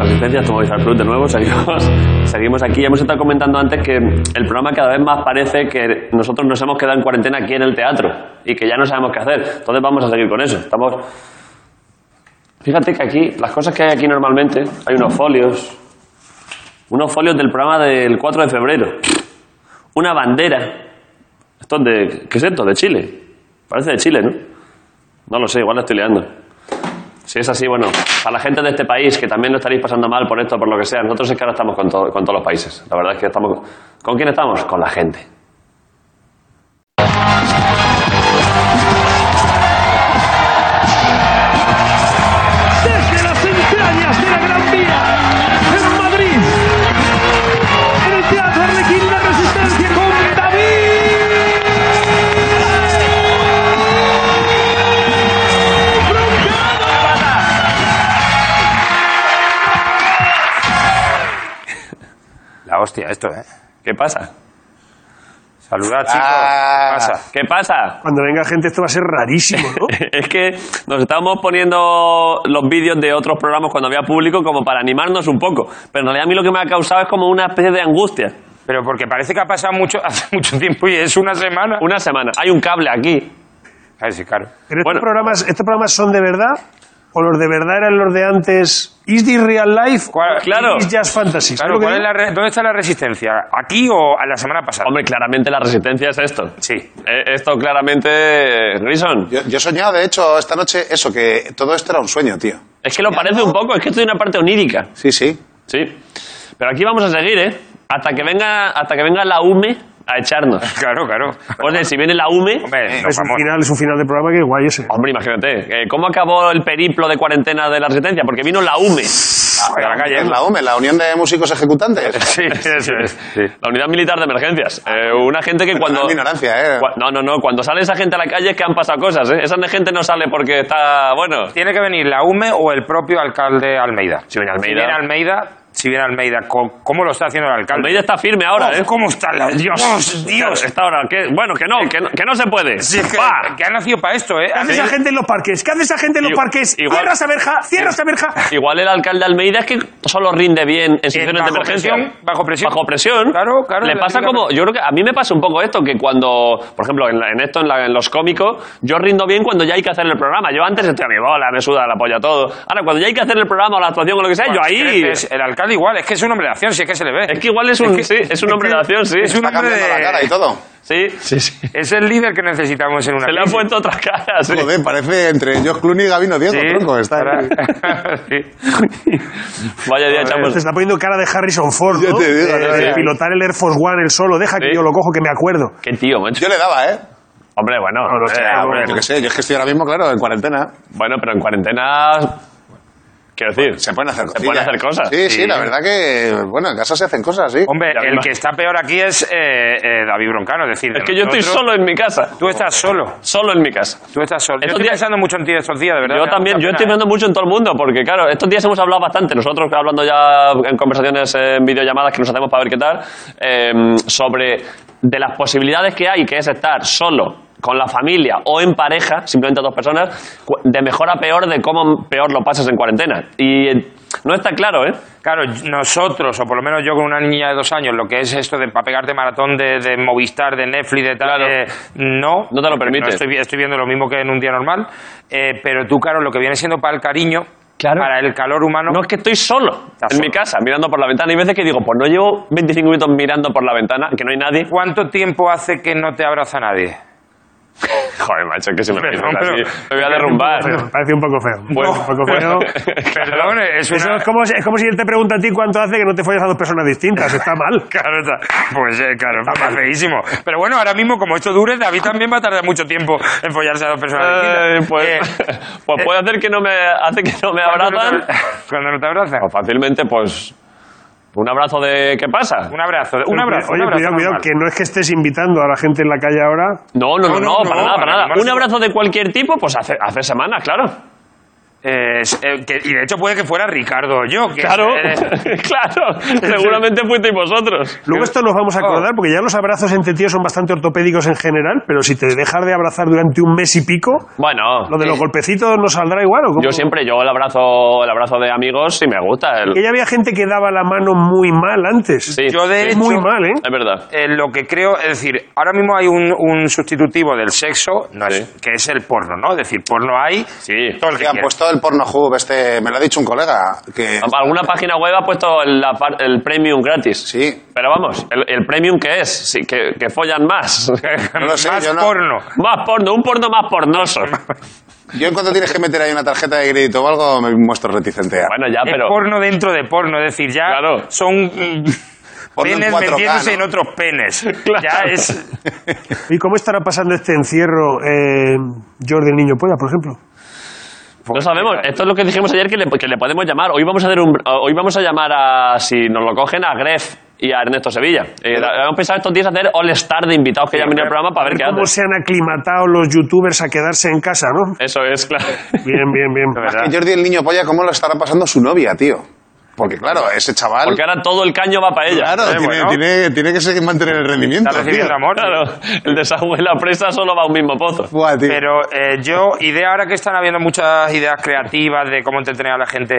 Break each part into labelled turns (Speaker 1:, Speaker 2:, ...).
Speaker 1: asistencias, tomáis al club de nuevo, seguimos, seguimos aquí. Hemos estado comentando antes que el programa cada vez más parece que nosotros nos hemos quedado en cuarentena aquí en el teatro y que ya no sabemos qué hacer. Entonces vamos a seguir con eso. Estamos... Fíjate que aquí, las cosas que hay aquí normalmente, hay unos folios, unos folios del programa del 4 de febrero, una bandera. Esto es de, ¿Qué es esto? De Chile. Parece de Chile, ¿no? No lo sé, igual la estoy liando. Si es así, bueno, para la gente de este país, que también lo estaréis pasando mal por esto, por lo que sea, nosotros es que ahora estamos con, to- con todos los países. La verdad es que estamos... ¿Con quién estamos? Con la gente.
Speaker 2: desde las entrañas de la Gran Vía, en Madrid, en el Teatro Arlequín La Resistencia con David
Speaker 3: La hostia, esto, ¿eh?
Speaker 1: ¿Qué pasa?
Speaker 3: Saludad, chicos.
Speaker 4: Ah.
Speaker 3: Pasa.
Speaker 1: ¿Qué pasa?
Speaker 5: Cuando venga gente esto va a ser rarísimo, ¿no?
Speaker 1: es que nos estábamos poniendo los vídeos de otros programas cuando había público como para animarnos un poco. Pero en realidad a mí lo que me ha causado es como una especie de angustia.
Speaker 3: Pero porque parece que ha pasado mucho, hace mucho tiempo y es una semana.
Speaker 1: Una semana. Hay un cable aquí.
Speaker 3: Ay, sí, claro.
Speaker 5: Pero estos,
Speaker 1: Bueno.
Speaker 5: programas, ¿Estos programas son de verdad? ¿O los de verdad eran los de antes? ¿Is this real life?
Speaker 3: ¿Cuál-
Speaker 5: ¿O
Speaker 1: claro.
Speaker 5: ¿Is just fantasy? ¿Sabes
Speaker 3: Claro,
Speaker 5: lo que
Speaker 3: ¿cuál es la
Speaker 5: digo?
Speaker 3: re- ¿dónde está la resistencia? ¿Aquí o a la semana pasada?
Speaker 1: Hombre, claramente la resistencia es esto.
Speaker 3: Sí.
Speaker 1: Eh, Esto claramente... Grison.
Speaker 4: Yo, yo he soñado, de hecho, esta noche eso, que todo esto era un sueño, tío.
Speaker 1: Es que lo parece un poco. Es que esto es una parte onírica.
Speaker 4: Sí, sí.
Speaker 1: Sí. Pero aquí vamos a seguir, ¿eh? Hasta que venga, hasta que venga la UME a echarnos.
Speaker 3: Claro, claro.
Speaker 1: O sea, si viene la UME...
Speaker 3: Hombre, no,
Speaker 5: Es un,
Speaker 3: vamos.
Speaker 5: final, es un final de programa que guay ese.
Speaker 1: Hombre, imagínate, eh, ¿cómo acabó el periplo de cuarentena de la resistencia? Porque vino la E. UME,
Speaker 3: a la calle.
Speaker 4: Es la UME, la Unión de Músicos Ejecutantes.
Speaker 3: Sí, eso es. Sí. Ah,
Speaker 1: la Unidad Militar de Emergencias. Eh, una gente que cuando...
Speaker 4: Perdonad mi ignorancia, ¿eh?
Speaker 1: cua- No, no, no, cuando sale esa gente a la calle es que han pasado cosas, ¿eh? Esa gente no sale porque está, bueno...
Speaker 3: Tiene que venir la UME o el propio alcalde Almeida.
Speaker 1: Si viene Almeida.
Speaker 3: Si viene Almeida, si viene Almeida, co- ¿cómo lo está haciendo el alcalde?
Speaker 1: Almeida está firme ahora,
Speaker 3: Oh,
Speaker 1: ¿eh?
Speaker 3: ¿Cómo está la... Dios, Dios.
Speaker 1: Está ahora, que- bueno, que no, que no, que no se puede.
Speaker 3: Si es que,
Speaker 1: ¡Pah!
Speaker 3: que ha nacido para esto, ¿eh?
Speaker 5: ¿Qué hace esa gente en los parques? ¿Qué hace esa gente en los
Speaker 1: Igual-
Speaker 5: parques?
Speaker 1: igual-
Speaker 5: ¡Cierra esa verja! ¡Cierra esa verja!
Speaker 1: Igual el alcalde Almeida es que solo rinde bien en situaciones de
Speaker 3: bajo
Speaker 1: emergencia.
Speaker 3: presión, bajo presión.
Speaker 1: Bajo presión.
Speaker 3: Claro, claro,
Speaker 1: Le
Speaker 3: la
Speaker 1: pasa
Speaker 3: típica
Speaker 1: como. Yo creo que a mí me pasa un poco esto, que cuando. Por ejemplo, en, la- en esto, en, la- en los cómicos, yo rindo bien cuando ya hay que hacer el programa. Yo antes estoy a mi bola, me suda la polla todo. Ahora, cuando ya hay que hacer el programa o la actuación o lo que sea,
Speaker 3: Bueno,
Speaker 1: yo
Speaker 3: si
Speaker 1: ahí.
Speaker 3: creces, el alcalde igual, es que es un hombre de acción, si es que se le ve.
Speaker 1: Es que igual es un.
Speaker 3: que-
Speaker 1: sí, es un
Speaker 3: es
Speaker 1: hombre
Speaker 3: que-
Speaker 1: de acción, sí.
Speaker 3: es un
Speaker 4: Está
Speaker 3: hombre
Speaker 4: cambiando
Speaker 3: de-
Speaker 4: la cara y todo.
Speaker 1: Sí. sí,
Speaker 3: Es el líder que necesitamos en una
Speaker 1: Se le han
Speaker 3: crisis.
Speaker 1: puesto otras caras. sí.
Speaker 4: Joder, parece entre George Clooney y Gabino Diego,
Speaker 3: Sí,
Speaker 4: tronco. Está
Speaker 3: ahora- Sí.
Speaker 1: Vaya día,
Speaker 3: Joder.
Speaker 1: chavos.
Speaker 5: Pues Se está poniendo cara de Harrison Ford,
Speaker 4: Yo
Speaker 5: ¿no?
Speaker 4: te digo,
Speaker 5: De-
Speaker 4: yo
Speaker 1: te
Speaker 5: de
Speaker 1: digo.
Speaker 5: pilotar el Air Force One, el solo. Deja que
Speaker 1: Sí.
Speaker 5: yo lo cojo, que me acuerdo.
Speaker 1: Qué tío, macho.
Speaker 4: Yo le daba, ¿eh?
Speaker 1: Hombre, bueno.
Speaker 5: no sé,
Speaker 1: eh,
Speaker 5: no,
Speaker 1: hombre.
Speaker 4: Yo qué sé, yo es que estoy ahora mismo, claro, en cuarentena.
Speaker 1: Bueno, pero en cuarentena. Quiero decir.
Speaker 4: Se pueden hacer
Speaker 1: Se pueden hacer cosas.
Speaker 4: Sí, sí, la verdad que, bueno, en casa se hacen cosas, sí.
Speaker 3: Hombre,
Speaker 1: Ya me
Speaker 3: el
Speaker 1: imagino.
Speaker 3: que está peor aquí es eh, eh, David Broncano, es decir...
Speaker 1: Es
Speaker 3: de
Speaker 1: que yo estoy
Speaker 3: nosotros-
Speaker 1: solo en mi casa.
Speaker 3: Tú estás solo,
Speaker 1: Solo en mi casa.
Speaker 3: tú estás solo. Yo
Speaker 1: Estos
Speaker 3: estoy
Speaker 1: días-
Speaker 3: pensando mucho en ti estos días, de verdad.
Speaker 1: Yo
Speaker 3: me da
Speaker 1: también,
Speaker 3: mucha
Speaker 1: yo estoy
Speaker 3: pena,
Speaker 1: viendo mucho en todo el mundo, porque claro, estos días hemos hablado bastante, nosotros hablando ya en conversaciones, en videollamadas que nos hacemos para ver qué tal, eh, sobre de las posibilidades que hay, que es estar solo, con la familia o en pareja, simplemente dos personas, cu- de mejor a peor de cómo peor lo pasas en cuarentena. Y eh, no está claro, ¿eh?
Speaker 3: ¿eh? Claro, nosotros, o por lo menos yo con una niña de dos años, lo que es esto de para pegarte maratón de, de Movistar, de Netflix, de tal,
Speaker 1: Claro.
Speaker 3: eh, no.
Speaker 1: No te lo
Speaker 3: porque
Speaker 1: permite.
Speaker 3: estoy, vi- estoy viendo lo mismo que en un día normal. eh, pero tú, claro, lo que viene siendo para el cariño,
Speaker 1: Claro.
Speaker 3: para el calor humano...
Speaker 1: No es que estoy solo
Speaker 3: Estás
Speaker 1: en mi
Speaker 3: solo.
Speaker 1: casa, mirando por la ventana. Hay veces que digo, pues no llevo 25 minutos mirando por la ventana, que no hay nadie.
Speaker 3: ¿Cuánto tiempo hace que no te abraza nadie?
Speaker 1: Joder, macho, que se me
Speaker 3: Perdón,
Speaker 1: empiezas
Speaker 3: pero-
Speaker 1: así. Me voy a derrumbar.
Speaker 5: Pero parece un poco feo.
Speaker 1: Bueno.
Speaker 5: un poco feo.
Speaker 3: Perdón, es
Speaker 5: Eso
Speaker 3: una...
Speaker 5: es, como, si- es como si él te pregunta a ti cuánto hace que no te follas a dos personas distintas. Está mal.
Speaker 3: Claro, está- pues eh, claro, está feísimo. Pero bueno, ahora mismo, como esto dure, David también va a tardar mucho tiempo en follarse a dos personas
Speaker 1: Eh,
Speaker 3: distintas.
Speaker 1: pues,
Speaker 3: Eh,
Speaker 1: pues puede hacer que no me hace que no me
Speaker 3: ¿cuándo
Speaker 1: abrazan.
Speaker 3: no te- ¿Cuándo no te abrazan?
Speaker 1: Pues fácilmente, pues un abrazo de ¿qué pasa?
Speaker 3: Un abrazo, un abrazo.
Speaker 5: Oye,
Speaker 3: un abrazo
Speaker 5: cuidado, cuidado,
Speaker 3: normal.
Speaker 5: que no es que estés invitando a la gente en la calle ahora.
Speaker 1: No, no, no, no,
Speaker 3: No, no,
Speaker 1: para
Speaker 3: no,
Speaker 1: nada, para
Speaker 3: para
Speaker 1: nada.
Speaker 3: animarse.
Speaker 1: Un abrazo de cualquier tipo, pues hace, hace semanas, claro.
Speaker 3: Eh, es- eh, que- y de hecho puede que fuera Ricardo o yo. que-
Speaker 1: Claro,
Speaker 3: eh,
Speaker 1: claro, seguramente fuisteis vosotros.
Speaker 5: Luego esto nos vamos a
Speaker 3: Oh.
Speaker 5: acordar, porque ya los abrazos entre tíos son bastante ortopédicos en general, pero si te dejas de abrazar durante un mes y pico,
Speaker 1: Bueno,
Speaker 5: lo de los golpecitos no saldrá igual. ¿o cómo?
Speaker 1: yo siempre, yo el abrazo, el abrazo de amigos sí me gusta. el-
Speaker 5: Que ya había gente que daba la mano muy mal antes.
Speaker 1: sí,
Speaker 3: yo de
Speaker 1: sí,
Speaker 3: hecho-
Speaker 5: Muy mal, ¿eh?
Speaker 1: Es verdad.
Speaker 3: eh, lo que creo, es decir, ahora mismo hay un, un sustitutivo del sexo, no es- que es el porno, ¿no? Es decir, porno hay
Speaker 1: Sí.
Speaker 3: todo el que
Speaker 4: Que han
Speaker 3: quiera.
Speaker 4: puesto el Pornhub, este, me lo ha dicho un colega, que
Speaker 1: Alguna página web ha puesto el, la par- el premium gratis.
Speaker 4: sí,
Speaker 1: Pero vamos, ¿el, el premium qué es? Sí, que, que follan más.
Speaker 4: no lo sé,
Speaker 3: Más
Speaker 4: yo no-
Speaker 3: porno.
Speaker 1: más porno, un porno más pornoso.
Speaker 4: Yo en cuanto tienes que meter ahí una tarjeta de crédito o algo, me muestro reticente. a-
Speaker 1: Bueno, ya,
Speaker 3: Es
Speaker 1: Ah, pero...
Speaker 3: porno dentro de porno, es decir, ya
Speaker 1: Claro.
Speaker 3: son mm,
Speaker 4: Porno en
Speaker 3: penes
Speaker 4: 4K,
Speaker 3: metiéndose
Speaker 4: ¿no?
Speaker 3: en otros penes. Ya es...
Speaker 5: ¿Y cómo estará pasando este encierro eh, Jordi el Niño Polla, por ejemplo?
Speaker 1: No sabemos. Esto es lo que dijimos ayer que le, que le podemos llamar. Hoy vamos a hacer un, hoy vamos a llamar a si nos lo cogen a Gref y a Ernesto Sevilla. Eh, hemos pensado estos días hacer All Star de invitados que llamen al programa para ver qué
Speaker 5: ¿Cómo
Speaker 1: hacen.
Speaker 5: se han aclimatado los youtubers a quedarse en casa, no?
Speaker 1: Eso es, claro.
Speaker 5: Bien, bien, bien.
Speaker 4: Que Jordi el niño polla, ¿cómo lo estará pasando su novia, tío? Porque claro, ese chaval...
Speaker 1: Porque ahora todo el caño va para ella.
Speaker 4: claro,
Speaker 1: Eh,
Speaker 4: tiene,
Speaker 1: bueno,
Speaker 4: tiene- tiene que seguir mantener el rendimiento.
Speaker 3: Está recibiendo
Speaker 4: tío.
Speaker 3: amor.
Speaker 1: claro, el desagüe de la presa solo va a un mismo pozo.
Speaker 4: Buah, tío.
Speaker 3: Pero eh, yo, idea ahora que están habiendo muchas ideas creativas de cómo entretener a la gente,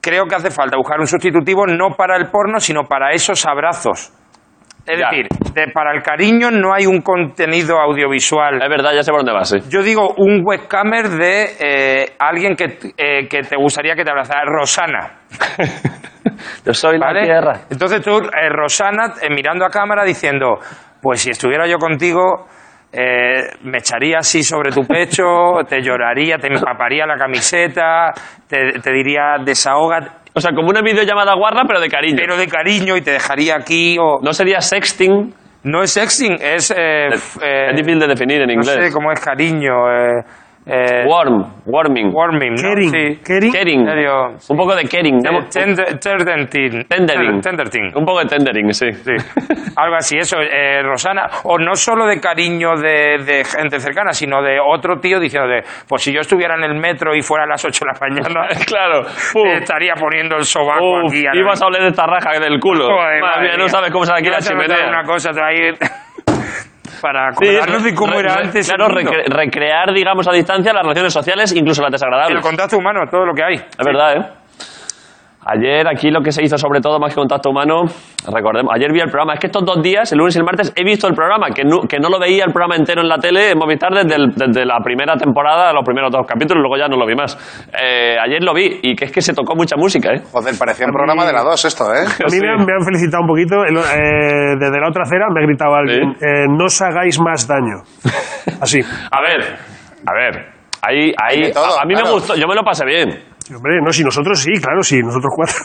Speaker 3: creo que hace falta buscar un sustitutivo no para el porno, sino para esos abrazos. Es
Speaker 1: Ya.
Speaker 3: decir, de- para el cariño no hay un contenido audiovisual.
Speaker 1: Es verdad, ya sé por dónde va, sí.
Speaker 3: Yo digo un webcamer de eh, alguien que, t- eh, que te gustaría que te abrazara, Rosana.
Speaker 1: Yo soy
Speaker 3: ¿vale? Entonces tú, eh, Rosana, eh, mirando a cámara diciendo, pues si estuviera yo contigo, eh, me echaría así sobre tu pecho, te lloraría, te empaparía la camiseta, te, te diría desahoga,
Speaker 1: O sea, como una videollamada guarra, pero de cariño.
Speaker 3: pero de cariño y te dejaría aquí. O...
Speaker 1: No sería sexting.
Speaker 3: No es sexting, es... eh,
Speaker 1: Es,
Speaker 3: f- eh,
Speaker 1: es difícil de definir en
Speaker 3: no
Speaker 1: inglés.
Speaker 3: sé cómo es cariño. eh, eh,
Speaker 1: Warm, warming.
Speaker 3: warming, ¿no?
Speaker 5: Kering,
Speaker 3: Sí.
Speaker 5: Kering.
Speaker 1: Kering.
Speaker 3: En serio.
Speaker 1: Un poco de kering.
Speaker 3: Eh,
Speaker 1: ¿no?
Speaker 3: tender- Tendering.
Speaker 1: Tendering.
Speaker 3: Tendering.
Speaker 1: Un poco de tendering, sí.
Speaker 3: Sí, algo así, eso, eh, Rosana. O no solo de cariño de, de gente cercana, sino de otro tío diciendo, de, pues si yo estuviera en el metro y fuera a las 8 de la mañana,
Speaker 1: claro. Uf,
Speaker 3: te estaría poniendo el sobaco
Speaker 1: uf,
Speaker 3: aquí. a la-
Speaker 1: ibas a oler esta raja del culo.
Speaker 3: Joder,
Speaker 1: Madre mía, no
Speaker 3: mía.
Speaker 1: sabes cómo sale aquí la
Speaker 3: Ibas a notar
Speaker 1: chimenea.
Speaker 3: una cosa, tú ahí- Para
Speaker 1: Sí,
Speaker 3: acordarnos de cómo
Speaker 1: re-
Speaker 3: era
Speaker 1: re-
Speaker 3: antes el
Speaker 1: Claro,
Speaker 3: mundo.
Speaker 1: recre- recrear, digamos, a distancia las relaciones sociales, incluso las
Speaker 3: el
Speaker 1: desagradables.
Speaker 3: contacto humano, todo lo que hay.
Speaker 1: Es verdad, ¿eh? Ayer aquí lo que se hizo sobre todo más que contacto humano, recordemos, ayer vi el programa, es que estos dos días, el lunes y el martes, he visto el programa, que no, que no lo veía el programa entero en la tele en Movistar desde, el- desde la primera temporada, los primeros dos capítulos, luego ya no lo vi más. Eh, ayer lo vi y que es que se tocó mucha música, ¿eh?
Speaker 4: Joder, parecía un programa de la 2 esto, ¿eh?
Speaker 5: A mí
Speaker 1: Sí.
Speaker 5: me han, me han felicitado un poquito. El- eh, desde la otra acera me ha gritado alguien,
Speaker 1: Sí.
Speaker 5: eh, no os hagáis más daño. Así.
Speaker 1: A ver, a ver, ahí, ahí,
Speaker 4: de todo,
Speaker 1: a, a mí me
Speaker 4: claro.
Speaker 1: gustó, yo me lo pasé bien.
Speaker 5: Hombre, no, si nosotros sí, claro, si nosotros cuatro.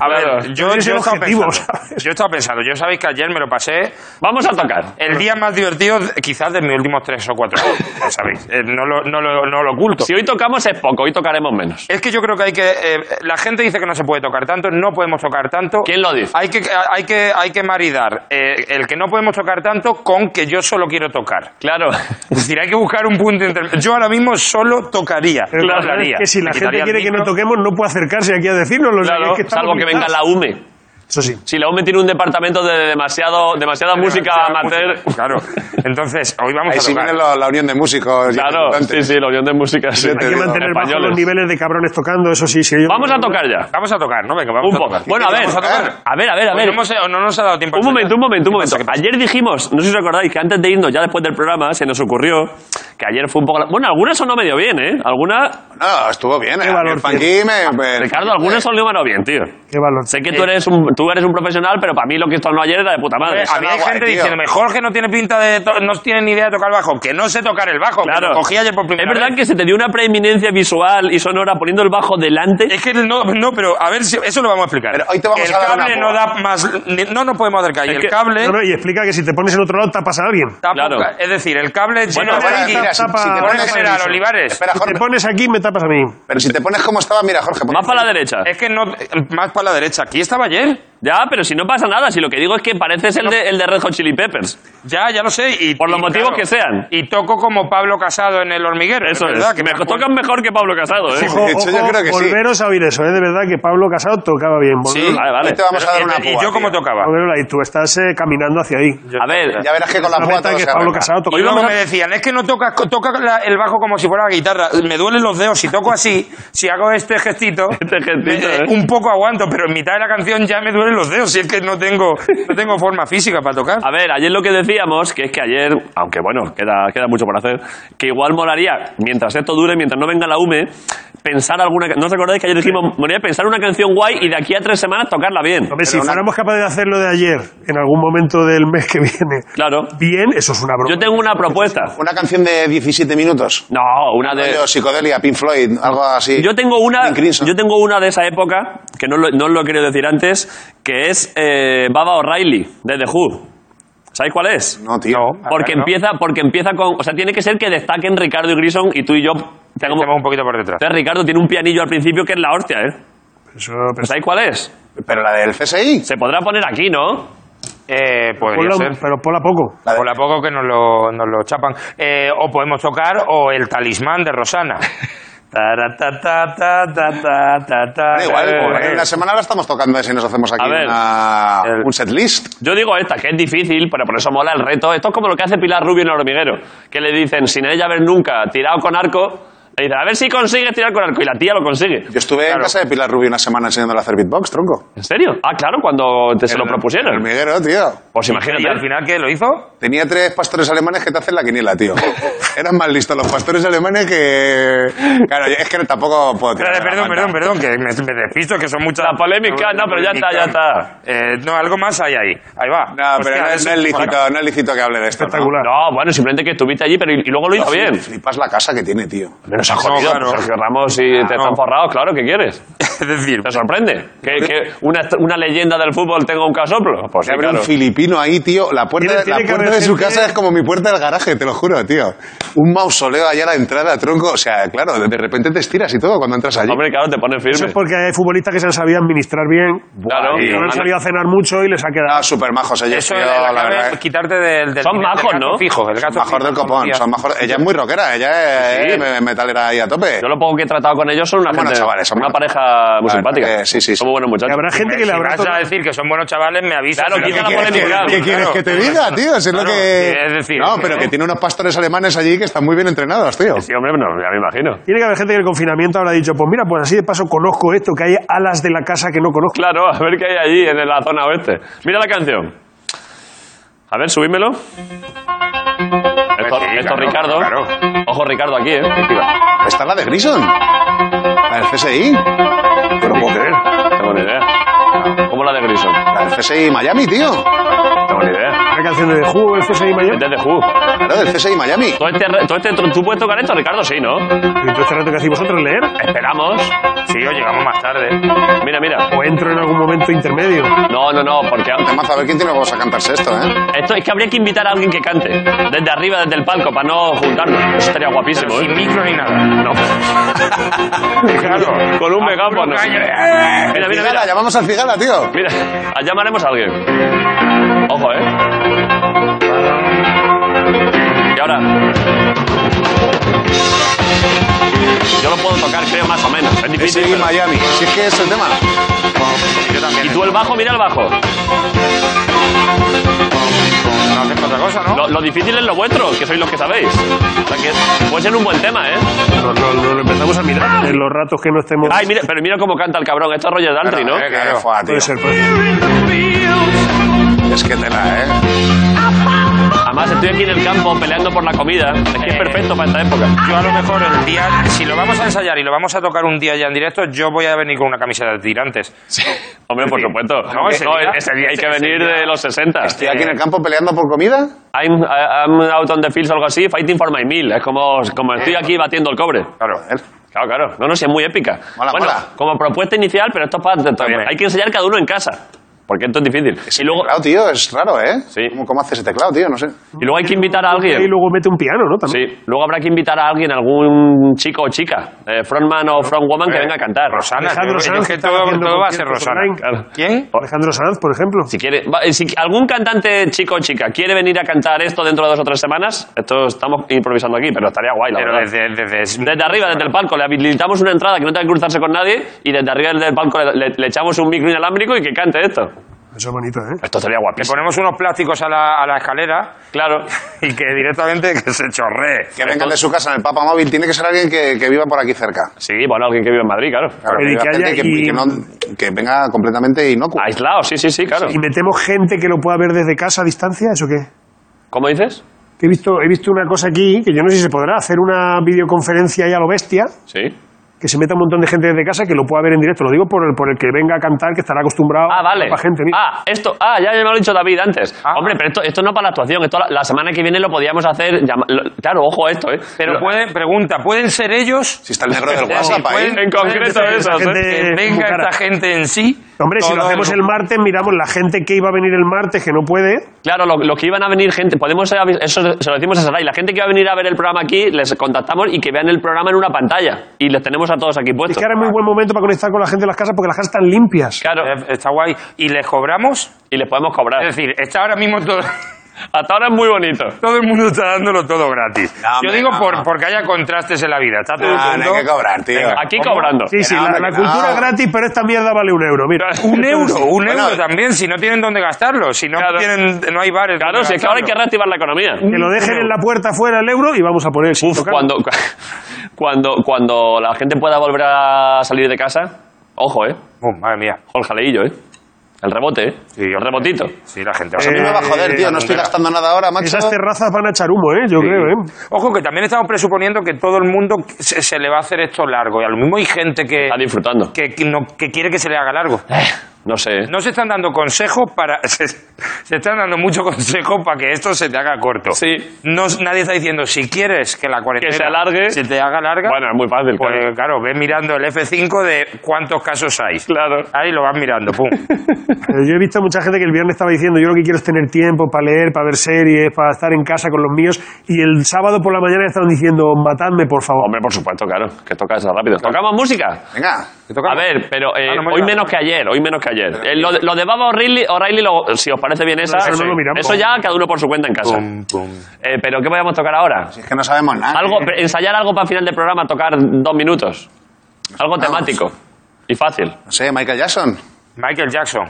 Speaker 3: A
Speaker 1: Claro.
Speaker 3: ver, yo,
Speaker 5: Ese es
Speaker 3: yo,
Speaker 5: el
Speaker 3: he estado
Speaker 5: objetivo,
Speaker 3: pensando,
Speaker 5: ¿sabes?
Speaker 3: yo he estado pensando, yo sabéis que ayer me lo pasé
Speaker 1: Vamos a tocar.
Speaker 3: El día más divertido, quizás de mis últimos tres o cuatro años, ya sabéis. Eh, no, lo, no, lo, no lo oculto.
Speaker 1: Si hoy tocamos es poco, hoy tocaremos menos.
Speaker 3: Es que yo creo que hay que. eh, la gente dice que no se puede tocar tanto, no podemos tocar tanto.
Speaker 1: ¿Quién lo dice?
Speaker 3: Hay que, hay que, hay que maridar eh, el que no podemos tocar tanto con que yo solo quiero tocar.
Speaker 1: Claro.
Speaker 3: Es decir, hay que buscar un punto intermedio. Yo ahora mismo solo tocaría.
Speaker 5: Pero
Speaker 3: no
Speaker 5: claro,
Speaker 3: hablaría.
Speaker 5: es que si
Speaker 3: Me
Speaker 5: la gente
Speaker 3: quitaría el
Speaker 5: quiere que no
Speaker 3: micro.
Speaker 5: toquemos, no puede acercarse aquí a decirnoslo. o sea,
Speaker 1: Claro,
Speaker 5: es que estamos
Speaker 1: salvo que venga
Speaker 5: limitados.
Speaker 1: la E. UME.
Speaker 5: Eso sí.
Speaker 1: Si la UME tiene un departamento de demasiado, demasiada música amateur.
Speaker 3: Claro. Entonces, hoy vamos
Speaker 4: Ahí
Speaker 3: a
Speaker 4: sí
Speaker 3: tocar.
Speaker 4: viene lo- la unión de músicos. ya
Speaker 1: Claro, sí,
Speaker 4: importante.
Speaker 1: sí, la Unión de Música. sí.
Speaker 4: Yo te
Speaker 5: Hay que
Speaker 4: digo,
Speaker 5: mantener bajo
Speaker 1: españoles.
Speaker 5: los niveles de cabrones tocando, eso sí. sí yo-
Speaker 1: Vamos a tocar ya.
Speaker 3: Vamos a tocar, ¿no? Venga, vamos
Speaker 1: Un
Speaker 3: a
Speaker 1: poco.
Speaker 3: tocar.
Speaker 1: Bueno, a ver,
Speaker 3: Vamos tocar.
Speaker 1: a ver, a ver, a
Speaker 3: Hoy
Speaker 1: ver.
Speaker 3: No, hemos- no nos ha dado tiempo. a
Speaker 1: Un momento,
Speaker 3: ensayar.
Speaker 1: un momento, un
Speaker 3: ¿Qué
Speaker 1: momento.
Speaker 3: pasa? ¿Qué pasa?
Speaker 1: Ayer dijimos, no sé si recordáis, que antes de irnos, ya después del programa, se nos ocurrió que ayer fue un poco... la- Bueno, algunas sonó medio bien, ¿eh? Alguna...
Speaker 4: No, estuvo bien. eh.
Speaker 5: valor
Speaker 4: El funky me- me-
Speaker 1: Ricardo, algunas sonó medio bien, tío.
Speaker 5: Qué valor.
Speaker 1: Sé que tú eres un, tú eres un profesional, pero para mí lo que sonó ayer era de puta madre.
Speaker 3: Había
Speaker 4: Suena guay,
Speaker 3: gente
Speaker 4: tío.
Speaker 3: diciéndome, Jorge no tiene pinta de... to- no tiene ni idea de tocar el bajo. Que no sé tocar el bajo, que
Speaker 1: Claro.
Speaker 3: lo cogí ayer por
Speaker 1: Es
Speaker 3: primera
Speaker 1: verdad
Speaker 3: vez.
Speaker 1: que se te dio una preeminencia visual y sonora poniendo el bajo delante.
Speaker 3: Es que no, no, pero a ver, si, eso lo vamos a explicar.
Speaker 4: Pero hoy te vamos
Speaker 3: el
Speaker 4: a dar una
Speaker 3: cable no
Speaker 4: prueba.
Speaker 3: da más... ni- No nos podemos acercar. Y
Speaker 1: Es
Speaker 3: el
Speaker 1: que-
Speaker 3: cable...
Speaker 5: No, no, y explica que si te pones en otro lado, tapas a alguien.
Speaker 3: tapa-
Speaker 1: Claro.
Speaker 3: Es decir, el cable...
Speaker 4: Bueno,
Speaker 3: lleno de
Speaker 4: para,
Speaker 3: líquido.
Speaker 4: mira, si, si
Speaker 5: tapa-
Speaker 4: te
Speaker 5: Pon
Speaker 3: Pone
Speaker 4: pones,
Speaker 3: general, Olivares.
Speaker 4: Espera,
Speaker 5: Si
Speaker 4: Jorge,
Speaker 5: te pones aquí, me tapas a mí.
Speaker 4: pero si te pones como estaba, mira, Jorge. pon-
Speaker 1: Más para la derecha.
Speaker 3: Es que no... Más para la derecha. Aquí estaba ayer.
Speaker 1: Ya, pero si no pasa nada, si lo que digo es que pareces el de, el de Red Hot Chili Peppers.
Speaker 3: Ya, ya lo sé. Y,
Speaker 1: Por los
Speaker 3: y,
Speaker 1: motivos que sean.
Speaker 3: Y toco como Pablo Casado en El Hormiguero.
Speaker 1: Eso
Speaker 3: verdad
Speaker 1: es.
Speaker 3: que
Speaker 1: me
Speaker 3: me acuerdo.
Speaker 1: tocan mejor que Pablo Casado, ¿eh?
Speaker 4: Sí. De hecho, yo creo que sí.
Speaker 5: volveros a oír eso, ¿eh? de verdad que Pablo Casado tocaba bien.
Speaker 3: Sí,
Speaker 1: Vale, vale.
Speaker 4: Hoy te pues, este vamos a dar
Speaker 3: Y-
Speaker 4: una
Speaker 3: Eh, y,
Speaker 4: púa.
Speaker 3: yo como
Speaker 4: tío.
Speaker 3: tocaba.
Speaker 5: Volveros ahí, tú estás eh, caminando hacia ahí.
Speaker 1: A ver,
Speaker 4: Ya verás que con la
Speaker 5: La
Speaker 4: púa
Speaker 5: meta
Speaker 4: todo
Speaker 5: que
Speaker 4: se
Speaker 5: Pablo
Speaker 4: arregla.
Speaker 5: Casado tocó.
Speaker 3: Y luego me decían, es que no tocas toca la- el bajo como si fuera la guitarra. Me duelen los dedos. Si toco así, si hago este gestito,
Speaker 1: Este gestito,
Speaker 3: me-
Speaker 1: ¿eh?
Speaker 3: un poco aguanto, pero en mitad de la canción ya me duelen los dedos. Si es que no tengo, no tengo forma física para tocar.
Speaker 1: A ver, ayer lo que decíamos, que es que ayer, aunque bueno, queda, queda mucho por hacer, que igual molaría, mientras esto dure, mientras no venga la UME, pensar alguna... ca- ¿No os acordáis que ayer dijimos, molaría pensar una canción guay y de aquí a tres semanas tocarla bien?
Speaker 5: Hombre, si
Speaker 4: una-
Speaker 5: fuéramos capaces de hacerlo de ayer, en algún momento del mes que viene,
Speaker 1: Claro.
Speaker 5: bien, eso es una broma.
Speaker 1: Yo tengo una propuesta.
Speaker 4: Una canción de 17 minutos.
Speaker 1: No, una de...
Speaker 4: Rollo psicodelia, Pink Floyd, algo así.
Speaker 1: Yo tengo una,
Speaker 4: King Eh, Crimson.
Speaker 1: yo tengo una de esa época, que no, lo- no os lo he querido decir antes, que es eh, Baba O'Reilly, de The Who. ¿Sabéis cuál es?
Speaker 4: No, tío.
Speaker 3: No. Ah,
Speaker 1: Porque
Speaker 3: claro.
Speaker 1: empieza, porque empieza con. O sea, tiene que ser que destaquen Ricardo y Grison y tú y yo.
Speaker 3: Estamos
Speaker 1: tengamos-
Speaker 3: un poquito por detrás.
Speaker 1: Entonces, Ricardo tiene un pianillo al principio que es la hostia, ¿eh?
Speaker 5: Eso,
Speaker 1: ¿Pero
Speaker 5: pero-
Speaker 1: ¿Sabéis cuál es?
Speaker 4: Pero la del CSI.
Speaker 1: Se podrá poner aquí, ¿no?
Speaker 3: Eh, podría
Speaker 5: ponla-
Speaker 3: ser.
Speaker 5: pero ponla poco.
Speaker 4: La de-
Speaker 3: Por la poco que nos lo, nos lo chapan. Eh, o podemos tocar o el talismán de Rosana. Tara, ta, ta, ta, ta, ta, ta, ta.
Speaker 4: Da igual,
Speaker 3: Eh,
Speaker 4: en una semana la estamos tocando ese y nos hacemos aquí
Speaker 1: A ver,
Speaker 4: una-
Speaker 1: el-
Speaker 4: un set list.
Speaker 1: Yo digo esta, que es difícil, pero por eso mola el reto. Esto es como lo que hace Pilar Rubio en el hormiguero, que le dicen, sin ella haber nunca tirado con arco, le dicen, a ver si consigues tirar con arco, y la tía lo consigue.
Speaker 4: Yo estuve en
Speaker 1: Claro.
Speaker 4: casa de Pilar Rubio una semana enseñándole a hacer beatbox, tronco.
Speaker 1: ¿En serio? Ah, claro, cuando te se lo
Speaker 4: El
Speaker 1: propusieron.
Speaker 4: hormiguero, tío.
Speaker 1: Pues
Speaker 3: ¿Y al
Speaker 1: imagínate.
Speaker 3: final qué? ¿Lo hizo?
Speaker 4: Tenía tres pastores alemanes que te hacen la quiniela, tío. Eran más listos los pastores alemanes que... Claro, yo- es que tampoco puedo tirar
Speaker 3: Espérate,
Speaker 4: de la
Speaker 3: Eh, perdón,
Speaker 4: manta.
Speaker 3: perdón, perdón, que me, me despisto, que son muchas...
Speaker 1: La polémica, no, pero ya está, ya está.
Speaker 3: Eh, no, algo más hay ahí. Ahí va.
Speaker 4: No,
Speaker 3: Hostia,
Speaker 4: pero no, es, no es lícito, no es lícito que hable de esto. ¿no?
Speaker 5: Espectacular.
Speaker 1: No, bueno, simplemente que estuviste allí, pero y, y luego lo hizo bien.
Speaker 4: Flipas la casa que tiene, tío.
Speaker 1: Menos ha
Speaker 3: No,
Speaker 1: jodido,
Speaker 3: claro.
Speaker 1: Sergio Ramos y te están
Speaker 3: no.
Speaker 1: forrados, claro, ¿qué quieres?
Speaker 3: Es decir,
Speaker 1: ¿Te sorprende? ¿Que, que una, est- una leyenda del fútbol tenga un casoplo? Pues sí,
Speaker 4: Se abre
Speaker 1: claro.
Speaker 4: un filipino ahí, tío. La
Speaker 5: Tiene-
Speaker 4: puerta,
Speaker 5: tiene
Speaker 4: la
Speaker 5: que
Speaker 4: puerta
Speaker 5: haber
Speaker 4: de su
Speaker 5: gente-
Speaker 4: casa es como mi puerta del garaje, te lo juro, tío. Un mausoleo allá a la entrada, tronco. O sea, claro, de de repente te estiras y todo cuando entras allí.
Speaker 1: Hombre, claro, te pone
Speaker 5: Eso
Speaker 1: firme.
Speaker 5: es porque hay futbolistas que se lo sabían administrar bien.
Speaker 1: Claro.
Speaker 5: Y no han salido a cenar mucho y les ha quedado.
Speaker 4: Ah, súper majos ellos,
Speaker 3: eso
Speaker 4: tío,
Speaker 3: de la
Speaker 4: la,
Speaker 3: cabeza,
Speaker 4: verdad. eh.
Speaker 3: quitarte del, del-
Speaker 1: Son
Speaker 3: del
Speaker 1: majos,
Speaker 3: gato
Speaker 1: ¿no?
Speaker 3: fijo, el
Speaker 4: Son
Speaker 3: gato
Speaker 4: major
Speaker 3: fijo,
Speaker 4: del copón,
Speaker 3: hostia.
Speaker 4: son major... Ella es muy rockera, ella es
Speaker 1: Sí.
Speaker 4: eh, metalera ahí a tope.
Speaker 1: Yo lo poco que he tratado con ellos son una,
Speaker 4: Son buenos
Speaker 1: gente,
Speaker 4: chavales, son
Speaker 1: una
Speaker 4: buenos
Speaker 1: pareja muy
Speaker 4: La
Speaker 1: simpática.
Speaker 4: verdad que sí, sí, sí.
Speaker 1: Son muy buenos
Speaker 5: Y
Speaker 1: muchachos.
Speaker 5: habrá gente que le
Speaker 3: Si
Speaker 5: habrá
Speaker 3: vas
Speaker 5: tocado-
Speaker 3: a decir que son buenos chavales, me avisas.
Speaker 1: Claro,
Speaker 3: Pero
Speaker 1: quita
Speaker 3: ¿qué
Speaker 1: la
Speaker 3: quieres
Speaker 1: polémica,
Speaker 3: que-
Speaker 1: claro.
Speaker 4: ¿Qué quieres que te diga, tío? Si es lo
Speaker 3: Claro,
Speaker 4: que...
Speaker 3: es decir,
Speaker 4: no,
Speaker 3: es
Speaker 4: pero
Speaker 3: que-
Speaker 4: que tiene unos pastores alemanes allí que están muy bien entrenados, tío.
Speaker 1: Sí, hombre, no, ya me imagino.
Speaker 5: Tiene que haber gente que en el confinamiento habrá dicho, pues mira, pues así de paso conozco esto, que hay alas de la casa que no conozco.
Speaker 1: Claro, a ver qué hay allí en la zona oeste. Mira la canción. A ver, subídmelo. Esto,
Speaker 3: sí,
Speaker 1: esto
Speaker 3: claro,
Speaker 1: Ricardo.
Speaker 3: claro.
Speaker 1: Ojo, Ricardo aquí, ¿eh?
Speaker 4: Está la de Grison. La del CSI. No lo puedo creer.
Speaker 1: Tengo ni idea. ¿Cómo la de Grison?
Speaker 4: La del CSI Miami, tío.
Speaker 1: Tengo ni idea.
Speaker 5: Una canción de The Who, el CSI Mayor.
Speaker 1: Desde Who.
Speaker 4: Claro, del CSI Miami.
Speaker 1: Todo este, re- todo este, ¿Tú puedes tocar esto, Ricardo? Sí, ¿no?
Speaker 5: Y todo este rato que hacéis vosotros leer,
Speaker 1: Esperamos.
Speaker 3: Sí, o llegamos más tarde.
Speaker 1: Mira, mira.
Speaker 5: o entro en algún momento intermedio.
Speaker 1: No, no, no, porque
Speaker 4: Temazo, a ver quién tiene huevos a cantarse esto, ¿eh?
Speaker 1: esto es que habría que invitar a alguien que cante. Desde arriba, desde el palco, para no juntarnos. Eso estaría guapísimo,
Speaker 3: Sin
Speaker 1: ¿eh?
Speaker 3: micro ni nada.
Speaker 1: No.
Speaker 3: Claro.
Speaker 1: Con un megáfono.
Speaker 3: Mira,
Speaker 1: Mira, mira,
Speaker 4: Cigala,
Speaker 1: mira.
Speaker 4: llamamos al Cigala, tío.
Speaker 1: Mira, ah, llamaremos a alguien. Ojo, ¿eh? Y ahora... Yo lo puedo tocar, creo, más o menos. Es difícil,
Speaker 4: CSI
Speaker 1: pero-
Speaker 4: Miami. Si es que es el tema.
Speaker 3: Yo también.
Speaker 1: Y tú el bajo, mira el bajo.
Speaker 3: No haces otra cosa, ¿no?
Speaker 1: Lo, lo difícil es lo vuestro, que sois los que sabéis. O sea que puede ser un buen tema, ¿eh?
Speaker 5: Nos, nos- nos lo empezamos a mirar en los ratos que no estemos...
Speaker 1: Ay, mira, pero mira cómo canta el cabrón. Esto es Roger Daltrey, ¿no?
Speaker 4: Eh, que fuá, tío.
Speaker 5: Puede ser, pues. puede ser.
Speaker 4: Es que tela, ¿eh?
Speaker 1: Además, estoy aquí en el campo peleando por la comida. Es que es
Speaker 3: Eh.
Speaker 1: perfecto para esta época.
Speaker 3: Yo a lo mejor el día, si lo vamos a ensayar y lo vamos a tocar un día ya en directo, yo voy a venir con una camiseta de tirantes.
Speaker 1: Hombre, por supuesto.
Speaker 3: No, ese día-
Speaker 1: ese día hay que
Speaker 3: ese
Speaker 1: venir
Speaker 3: día-
Speaker 1: de los 60.
Speaker 4: Estoy aquí en el campo peleando por comida.
Speaker 1: I'm, eh, I'm out on the fields o algo así, fighting for my meal. Es como, como estoy aquí batiendo el cobre.
Speaker 3: Claro.
Speaker 1: Claro, claro. No, no, si es muy épica.
Speaker 4: Mola,
Speaker 1: bueno,
Speaker 4: mola.
Speaker 1: como propuesta inicial, pero esto es para...
Speaker 3: Hombre.
Speaker 1: Hay que enseñar cada uno en casa. Porque esto es difícil. Y luego,
Speaker 4: Claro, tío, es raro, ¿eh?
Speaker 1: Sí.
Speaker 4: ¿Cómo, cómo hace ese teclado, tío? No sé.
Speaker 1: y luego hay que invitar a alguien.
Speaker 5: Y luego mete un piano, ¿no? También.
Speaker 1: Sí, luego habrá que invitar a alguien, algún chico o chica, eh, frontman o frontwoman que venga a cantar.
Speaker 3: Rosana,
Speaker 5: Alejandro
Speaker 3: yo- yo
Speaker 5: Sanz
Speaker 3: que
Speaker 5: está
Speaker 3: todo,
Speaker 5: haciendo
Speaker 3: todo va a ser
Speaker 5: conciertos
Speaker 3: Rosana.
Speaker 5: online.
Speaker 1: Claro.
Speaker 3: ¿Quién?
Speaker 5: Alejandro Sanz, por ejemplo.
Speaker 1: Si quiere, va- eh, si algún cantante chico o chica quiere venir a cantar esto dentro de dos o tres semanas, esto estamos improvisando aquí, pero estaría guay, la
Speaker 3: Pero
Speaker 1: verdad.
Speaker 3: desde, desde-
Speaker 1: Desde arriba, desde el palco, le habilitamos una entrada que no tenga que cruzarse con nadie y desde arriba del palco le, le- le echamos un micro inalámbrico y que cante esto.
Speaker 5: Eso es bonito, ¿eh?
Speaker 1: Esto sería
Speaker 3: le
Speaker 1: guapísimo.
Speaker 3: ponemos unos plásticos a la, a la escalera
Speaker 1: Claro.
Speaker 3: y que directamente que se chorree.
Speaker 4: Que vengan de su casa en el Papa Móvil, tiene que ser alguien que, que viva por aquí cerca.
Speaker 1: Sí, bueno, alguien que vive en Madrid, claro.
Speaker 4: Claro,
Speaker 5: Pero y
Speaker 4: viva
Speaker 5: que
Speaker 4: gente
Speaker 5: haya-
Speaker 4: que,
Speaker 5: y-
Speaker 4: que no- que venga completamente inocuo.
Speaker 1: Aislado, sí, sí, sí, claro.
Speaker 5: ¿Y metemos gente que lo pueda ver desde casa a distancia? ¿Eso qué?
Speaker 1: ¿Cómo dices?
Speaker 5: Que He visto, he visto una cosa aquí que yo no sé si se podrá hacer una videoconferencia ya lo bestia,
Speaker 1: Sí.
Speaker 5: que se meta un montón de gente desde casa que lo pueda ver en directo. Lo digo por el, por el que venga a cantar, que estará acostumbrado
Speaker 1: Ah, vale.
Speaker 5: a la gente. mira.
Speaker 1: Ah, esto. Ah, ya, ya me lo ha dicho David antes.
Speaker 3: Ah.
Speaker 1: Hombre, pero esto, esto no para la actuación. Esto la, la semana que viene lo podíamos hacer. llama- lo- claro, ojo a esto, ¿eh?
Speaker 3: Pero
Speaker 1: Lo-
Speaker 3: pueden, pregunta, ¿pueden ser ellos?
Speaker 4: Si está el negro del
Speaker 1: Sí,
Speaker 4: WhatsApp ahí.
Speaker 3: pueden-
Speaker 1: En concreto
Speaker 3: pueden ser
Speaker 1: eso,
Speaker 3: esa gente-
Speaker 5: gente
Speaker 3: que venga
Speaker 5: bucara.
Speaker 3: esta gente en sí.
Speaker 5: Hombre, si lo
Speaker 3: todo
Speaker 5: hacemos
Speaker 3: en-
Speaker 5: el martes, miramos la gente que iba a venir el martes, que no puede.
Speaker 1: Claro, lo- los que iban a venir gente, podemos eh, avis- eso se lo decimos a Saray, la gente que va a venir a ver el programa aquí, les contactamos y que vean el programa en una pantalla y les tenemos a todos aquí
Speaker 5: Es
Speaker 1: puestos.
Speaker 5: que ahora es muy buen momento para conectar con la gente de las casas porque las casas están limpias.
Speaker 1: Claro,
Speaker 3: Eh, Está guay. ¿Y les cobramos?
Speaker 1: y les podemos cobrar.
Speaker 3: Es decir, está ahora mismo todo,
Speaker 1: Hasta ahora es muy bonito.
Speaker 3: todo el mundo está dándolo todo gratis.
Speaker 4: No, hombre,
Speaker 3: Yo digo
Speaker 4: no.
Speaker 3: por, porque haya contrastes en la vida. Está todo el
Speaker 4: Ah, no
Speaker 3: mundo-
Speaker 4: hay que cobrar, tío.
Speaker 3: Venga,
Speaker 1: Aquí
Speaker 3: ¿Cómo?
Speaker 1: cobrando.
Speaker 5: Sí, sí,
Speaker 4: no,
Speaker 5: la,
Speaker 4: hombre,
Speaker 5: la
Speaker 4: que
Speaker 5: cultura
Speaker 4: no.
Speaker 5: es gratis, pero esta mierda vale un euro, mira.
Speaker 3: Un euro, un
Speaker 4: Bueno,
Speaker 3: euro también, si no tienen dónde gastarlo, si no
Speaker 1: Claro.
Speaker 3: tienen, no hay bares.
Speaker 1: Claro,
Speaker 3: donde
Speaker 1: si es que ahora hay que
Speaker 3: gastarlo.
Speaker 1: reactivar la economía.
Speaker 5: Que lo dejen en la puerta afuera el euro y vamos a poner el
Speaker 1: Uf,
Speaker 5: sitio, claro.
Speaker 1: cuando, cuando, cuando la gente pueda volver a salir de casa, ojo, ¿eh?
Speaker 3: Oh, madre mía.
Speaker 1: Ojo el jaleillo, ¿eh? El rebote, ¿eh? el
Speaker 3: hombre,
Speaker 1: rebotito.
Speaker 3: Sí, la gente va a
Speaker 4: Pues a
Speaker 1: Eh,
Speaker 4: mí
Speaker 3: salir.
Speaker 4: me va a joder, tío. No estoy gastando nada ahora, macho.
Speaker 1: Ah.
Speaker 5: Esas terrazas van a echar humo, ¿eh? Yo creo, ¿eh?
Speaker 3: Ojo, que también estamos presuponiendo que todo el mundo se, se le va a hacer esto largo. Y a lo mismo hay gente que,
Speaker 1: Está disfrutando.
Speaker 3: que, que no- que quiere que se le haga largo.
Speaker 1: No sé. ¿eh?
Speaker 3: No se están dando consejos para. Se, se están dando muchos consejos para que esto se te haga corto.
Speaker 1: Sí.
Speaker 3: No, nadie está diciendo, si quieres que la cuarentena
Speaker 1: se alargue.
Speaker 3: se te haga larga.
Speaker 1: Bueno, es muy fácil.
Speaker 3: Pues
Speaker 1: claro.
Speaker 3: claro. ves mirando el F5 de cuántos casos hay.
Speaker 1: Claro.
Speaker 3: Ahí lo vas mirando, pum.
Speaker 5: Pero Eh, Yo he visto mucha gente que el viernes estaba diciendo, yo lo que quiero es tener tiempo para leer, para ver series, para estar en casa con los míos. Y el sábado por la mañana estaban diciendo, matadme, por favor.
Speaker 1: Hombre, por supuesto, claro. Que toca eso rápido. ¿Tocamos música?
Speaker 4: Venga.
Speaker 3: ¿Te toca?
Speaker 1: A ver, pero eh,
Speaker 3: Ah, no me
Speaker 1: hoy
Speaker 3: digas.
Speaker 1: menos que ayer, hoy menos que ayer. Eh, lo, de- lo de Baba O'Reilly, O'Reilly, lo- si os parece bien esa,
Speaker 5: eso no lo miramos.
Speaker 1: eso ya cada uno por su cuenta en casa. Eh, pero ¿qué podemos tocar ahora?
Speaker 4: Si es que no sabemos nada.
Speaker 1: Algo, pre- ensayar algo para el final del programa, tocar dos minutos. Algo temático y fácil.
Speaker 4: No sé, Michael Jackson.
Speaker 3: Michael Jackson.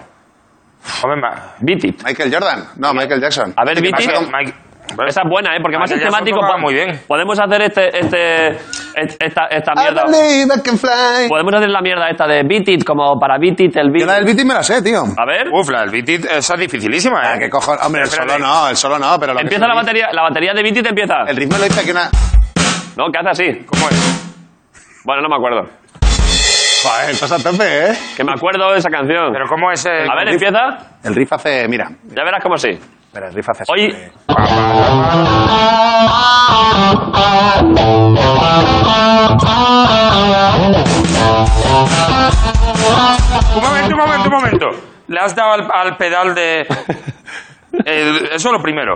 Speaker 3: Hombre, ma-
Speaker 1: Beat it.
Speaker 4: Michael Jordan. No, Michael Jackson.
Speaker 1: A ver, Beat it.
Speaker 3: Michael- Mike-
Speaker 1: Esa es buena, ¿eh? Porque más
Speaker 3: Michael
Speaker 1: es
Speaker 3: Jackson
Speaker 1: temático.
Speaker 3: tocaba
Speaker 1: po-
Speaker 3: muy bien.
Speaker 1: Podemos hacer este, este, est- esta, esta
Speaker 4: I
Speaker 1: mierda. Pues
Speaker 4: believe I can fly.
Speaker 1: Podemos hacer la mierda esta de Beat It, como para Beat It, el
Speaker 4: Yo
Speaker 1: Beat
Speaker 4: la del Beating me la sé, tío.
Speaker 1: A ver,
Speaker 3: Uf, la del Beat It, esa es dificilísima, ¿eh?
Speaker 4: Ah, qué cojones. Hombre, el
Speaker 3: Espérate.
Speaker 4: solo no, el solo no, pero lo que
Speaker 1: empieza
Speaker 4: es
Speaker 1: la
Speaker 4: el
Speaker 1: batería. La batería de Beat It empieza.
Speaker 4: ritmo- El ritmo lo hice aquí una.
Speaker 1: No, que hace así.
Speaker 3: ¿Cómo es?
Speaker 1: Bueno, no me acuerdo.
Speaker 4: Joder, estás a tope, ¿eh?
Speaker 1: Que me acuerdo de esa canción.
Speaker 3: Pero ¿cómo es el...?
Speaker 1: A ver, empieza.
Speaker 4: El riff hace. Mira.
Speaker 1: Ya verás cómo sí.
Speaker 4: Pero el riff hace.
Speaker 1: Hoy.
Speaker 3: Un momento, un momento, un momento. Le has dado al, al pedal de... El- eso lo primero.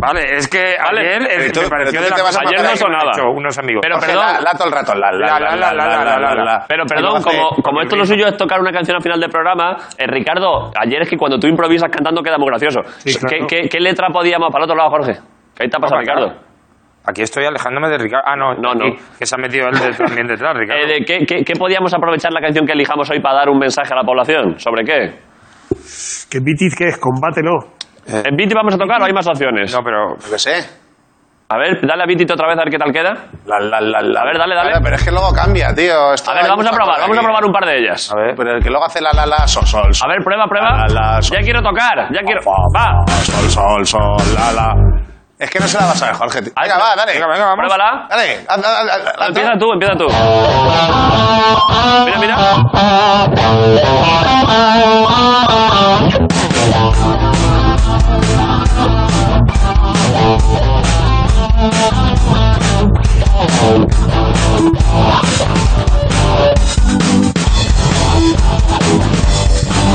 Speaker 3: Vale, es que
Speaker 1: Vale.
Speaker 3: ayer eh,
Speaker 4: Pero tú-
Speaker 3: me pareció
Speaker 4: pero tú
Speaker 3: de
Speaker 4: te
Speaker 3: la
Speaker 4: vas a
Speaker 3: ayer
Speaker 4: matar
Speaker 3: no
Speaker 4: ahí,
Speaker 3: sonaba.
Speaker 1: macho,
Speaker 3: unos amigos.
Speaker 1: Pero
Speaker 4: Coge
Speaker 1: perdón.
Speaker 4: La, la todo el rato. La, la, la, la, la, la, la, la.
Speaker 1: Pero
Speaker 4: Luego
Speaker 1: perdón,
Speaker 4: hace-
Speaker 1: como, como esto lo suyo es tocar una canción al final del programa, eh, Ricardo, ayer es que cuando tú improvisas cantando queda muy gracioso.
Speaker 5: Sí,
Speaker 1: ¿Qué,
Speaker 5: claro.
Speaker 1: qué, qué letra podíamos para el otro lado, Jorge? ¿Qué ahí te ha pasado,
Speaker 3: Opa,
Speaker 1: Ricardo?
Speaker 3: claro. Aquí estoy alejándome de Ricardo. Ah, no,
Speaker 1: No,
Speaker 3: aquí,
Speaker 1: no.
Speaker 3: Que se ha metido él de- también detrás, Ricardo.
Speaker 1: Eh, de qué, qué- qué podíamos aprovechar la canción que elijamos hoy para dar un mensaje a la población? ¿Sobre qué?
Speaker 5: Que Beat It, ¿qué es? Combátelo.
Speaker 1: ¿En Beat It vamos a tocar o hay más opciones?
Speaker 3: No, pero...
Speaker 4: Yo qué sé.
Speaker 1: A ver, dale a Beat It otra vez a ver qué tal queda.
Speaker 4: La, la, la, la.
Speaker 1: A ver, dale, dale.
Speaker 4: Claro, pero es que luego cambia, tío. Esto
Speaker 1: A ver,
Speaker 4: hay
Speaker 1: vamos a
Speaker 4: mucha
Speaker 1: probar,
Speaker 4: cosa
Speaker 1: vamos a
Speaker 4: aquí.
Speaker 1: probar un par de ellas.
Speaker 3: A ver...
Speaker 4: Pero el que luego hace la, la, la, sol, sol.
Speaker 1: A
Speaker 4: sol.
Speaker 1: ver, prueba, prueba.
Speaker 4: La, la,
Speaker 1: Ya
Speaker 4: sol.
Speaker 1: quiero tocar, ya quiero. Va,
Speaker 4: Sol, sol, sol, la, la. Es que no se la vas a ver, Jorge. tío. Venga, va, dale.
Speaker 3: Venga, venga, vamos.
Speaker 1: pruébala.
Speaker 4: Dale, haz- haz- haz- haz- haz-
Speaker 1: Empieza tú, empieza tú. Mira, mira.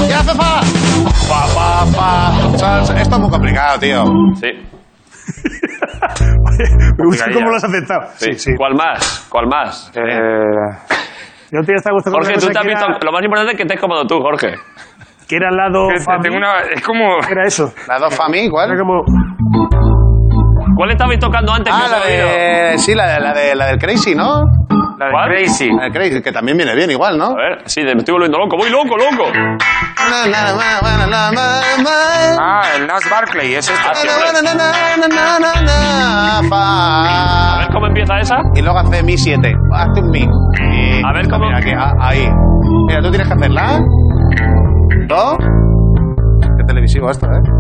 Speaker 4: ¡Ya, Fefa! acertado, tío.
Speaker 1: Sí.
Speaker 5: Me gusta
Speaker 3: Complicadilla.
Speaker 5: cómo lo has aceptado.
Speaker 1: Sí, ¿Cuál más? ¿Cuál más?
Speaker 3: Eh,
Speaker 5: Yo te estaba gustando
Speaker 1: Jorge,
Speaker 5: una
Speaker 1: tú
Speaker 5: cosa
Speaker 1: te has
Speaker 5: que
Speaker 1: visto.
Speaker 5: era-
Speaker 1: Lo más importante es que estés cómodo tú, Jorge.
Speaker 5: que era al lado
Speaker 3: tengo
Speaker 5: familiar.
Speaker 3: una- es como...
Speaker 5: Era eso.
Speaker 4: ¿Las dos Fami?
Speaker 5: Era
Speaker 4: ¿Cuál?
Speaker 5: como
Speaker 1: ¿Cuál estabais tocando antes? que
Speaker 4: Ah,
Speaker 1: os
Speaker 4: la
Speaker 1: he oído?
Speaker 4: de. Sí, la, de- la, de, la del Crazy, ¿no?
Speaker 3: La de
Speaker 1: ¿Cuál?
Speaker 3: Crazy.
Speaker 4: La del Crazy, que también viene bien igual, ¿no?
Speaker 1: A ver, sí, me estoy volviendo loco. Voy loco, loco.
Speaker 4: Na, na, na, na, na, na, na.
Speaker 3: Ah, el Nas Barclay, es este.
Speaker 1: Ah, sí, hombre.
Speaker 4: Na, na, na, na, na, na, na, fa.
Speaker 1: A ver cómo empieza esa.
Speaker 4: Y luego hace mi 7. Hazte un mi. Y-
Speaker 1: A ver cómo-
Speaker 4: Mira, aquí, a- ahí. Mira, tú tienes que hacerla. Dos. Qué televisivo esto, ¿eh?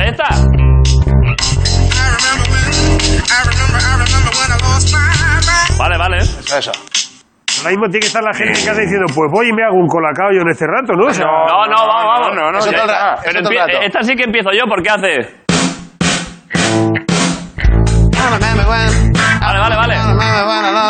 Speaker 1: Esta. Vale, vale.
Speaker 4: Eso, eso.
Speaker 5: Ahora mismo tiene que estar la gente en casa diciendo, pues voy y me hago un colacao yo en este rato, ¿no? O sea,
Speaker 1: No, no, vamos, vamos.
Speaker 3: no, no,
Speaker 4: Eso
Speaker 1: Ya
Speaker 4: todo el
Speaker 1: está.
Speaker 4: rato,
Speaker 1: Pero
Speaker 4: eso todo el
Speaker 1: empie-
Speaker 4: rato.
Speaker 1: Esta sí que empiezo yo porque hace. Vale, vale, vale.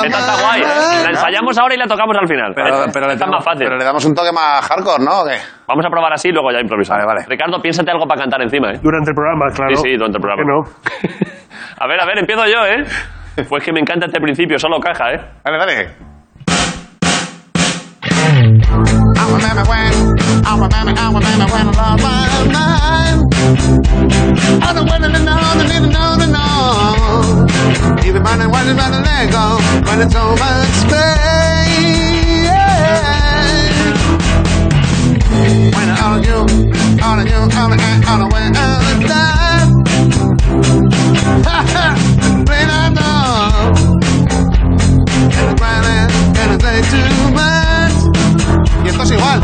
Speaker 1: Esta está guay. ¿eh? La ensayamos ahora y la tocamos al final.
Speaker 4: Pero,
Speaker 1: Esta-
Speaker 4: pero,
Speaker 1: esta
Speaker 4: le
Speaker 1: es
Speaker 4: tenemos-
Speaker 1: más fácil.
Speaker 4: pero le damos un toque más hardcore, ¿no? ¿O qué?
Speaker 1: Vamos a probar así y luego ya improvisamos.
Speaker 4: Vale, vale.
Speaker 1: Ricardo, piénsate algo para cantar encima, ¿eh?
Speaker 5: durante el programa, claro.
Speaker 1: Sí, sí, durante el programa.
Speaker 5: Que no.
Speaker 1: A ver, a ver, empiezo yo, ¿eh? Pues que me encanta este principio, solo caja, ¿eh?
Speaker 4: Dale, dale. Y esto es igual.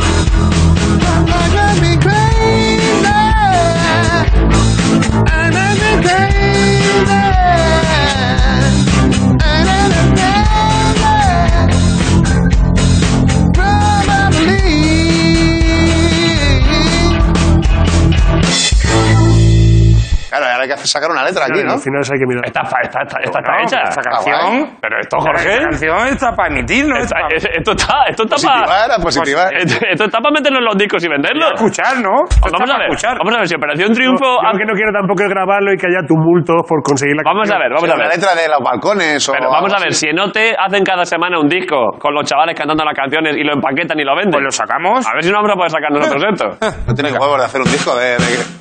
Speaker 4: Claro, ahora hay que sacar una letra aquí,
Speaker 5: Al
Speaker 4: ¿no?
Speaker 5: final eso hay que mirar.
Speaker 1: Esta, fa- esta- esta- esta está
Speaker 3: No,
Speaker 1: hecha.
Speaker 3: Esta
Speaker 4: guay.
Speaker 3: canción...
Speaker 1: Pero esto,
Speaker 3: Esta
Speaker 1: Ah, Jorge.
Speaker 3: canción está para emitir, ¿no?
Speaker 1: Esta-
Speaker 3: Está
Speaker 1: es- esto está, esto está para.
Speaker 4: Positivar, a positivar.
Speaker 1: Esto está para meterlo en los discos y venderlo.
Speaker 3: para escuchar, ¿no? Esto
Speaker 1: Pues Vamos
Speaker 3: está
Speaker 1: a
Speaker 3: pa'
Speaker 1: ver.
Speaker 3: escuchar.
Speaker 1: Vamos a ver si Operación Triunfo.
Speaker 5: Yo
Speaker 1: ha-
Speaker 5: que no quiero tampoco grabarlo y que haya tumultos por conseguir la
Speaker 1: Vamos a ver, vamos a
Speaker 4: La
Speaker 1: ver.
Speaker 4: letra de los balcones o...
Speaker 1: Pero vamos a ver, si Enote hacen cada semana un disco con los chavales cantando las canciones y lo empaquetan y lo venden.
Speaker 3: Pues lo sacamos.
Speaker 1: a ver si no vamos a poder sacar nosotros esto.
Speaker 4: No tiene huevos de hacer un disco de... de-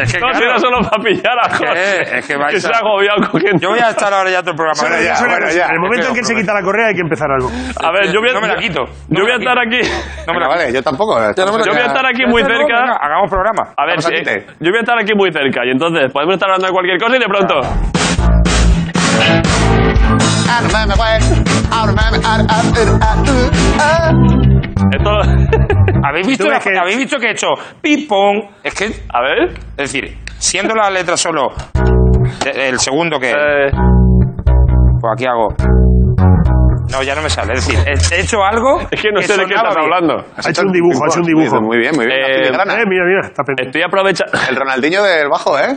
Speaker 3: Es que,
Speaker 1: No, si
Speaker 3: claro,
Speaker 1: era solo para pillar a Jorge.
Speaker 3: es que vais
Speaker 1: se
Speaker 3: a-
Speaker 1: ha agobiado cogiendo.
Speaker 3: Yo voy a estar ahora ya todo el programa.
Speaker 4: Bueno, ya, bueno, ya.
Speaker 5: En el momento en que él se quita la correa hay que empezar algo.
Speaker 1: A ver, yo voy a,
Speaker 3: No me la quito. No
Speaker 1: yo
Speaker 3: me
Speaker 1: voy a
Speaker 3: la
Speaker 1: estar aquí.
Speaker 3: No me
Speaker 4: Venga,
Speaker 3: la
Speaker 4: vale, yo tampoco.
Speaker 1: Yo voy a estar aquí
Speaker 3: Ya
Speaker 1: muy
Speaker 3: está, no, venga,
Speaker 1: cerca.
Speaker 3: hagamos programa.
Speaker 1: A ver,
Speaker 4: Vamos a
Speaker 1: si-
Speaker 4: quite.
Speaker 1: yo voy a estar aquí muy cerca y entonces podemos estar hablando de cualquier cosa y de pronto. Esto.
Speaker 3: ¿Habéis visto,
Speaker 5: Tú
Speaker 3: la-
Speaker 5: ves que-
Speaker 3: ¿Habéis visto que he hecho pipón? Es que, es
Speaker 1: A ver.
Speaker 3: decir, siendo la letra solo eh, el segundo que...
Speaker 1: eh,
Speaker 3: Pues aquí hago... No, ya no me sale. Es decir, he he hecho algo...
Speaker 1: es que no sé de qué estás
Speaker 3: sonaba bien.
Speaker 1: hablando.
Speaker 5: Ha hecho un dibujo, ha hecho un dibujo.
Speaker 4: Muy bien, muy bien.
Speaker 1: Eh,
Speaker 4: una filigrana.
Speaker 5: Eh, mira, mira, está pendiente.
Speaker 1: Estoy aprovechando.
Speaker 4: El Ronaldinho del bajo, ¿eh?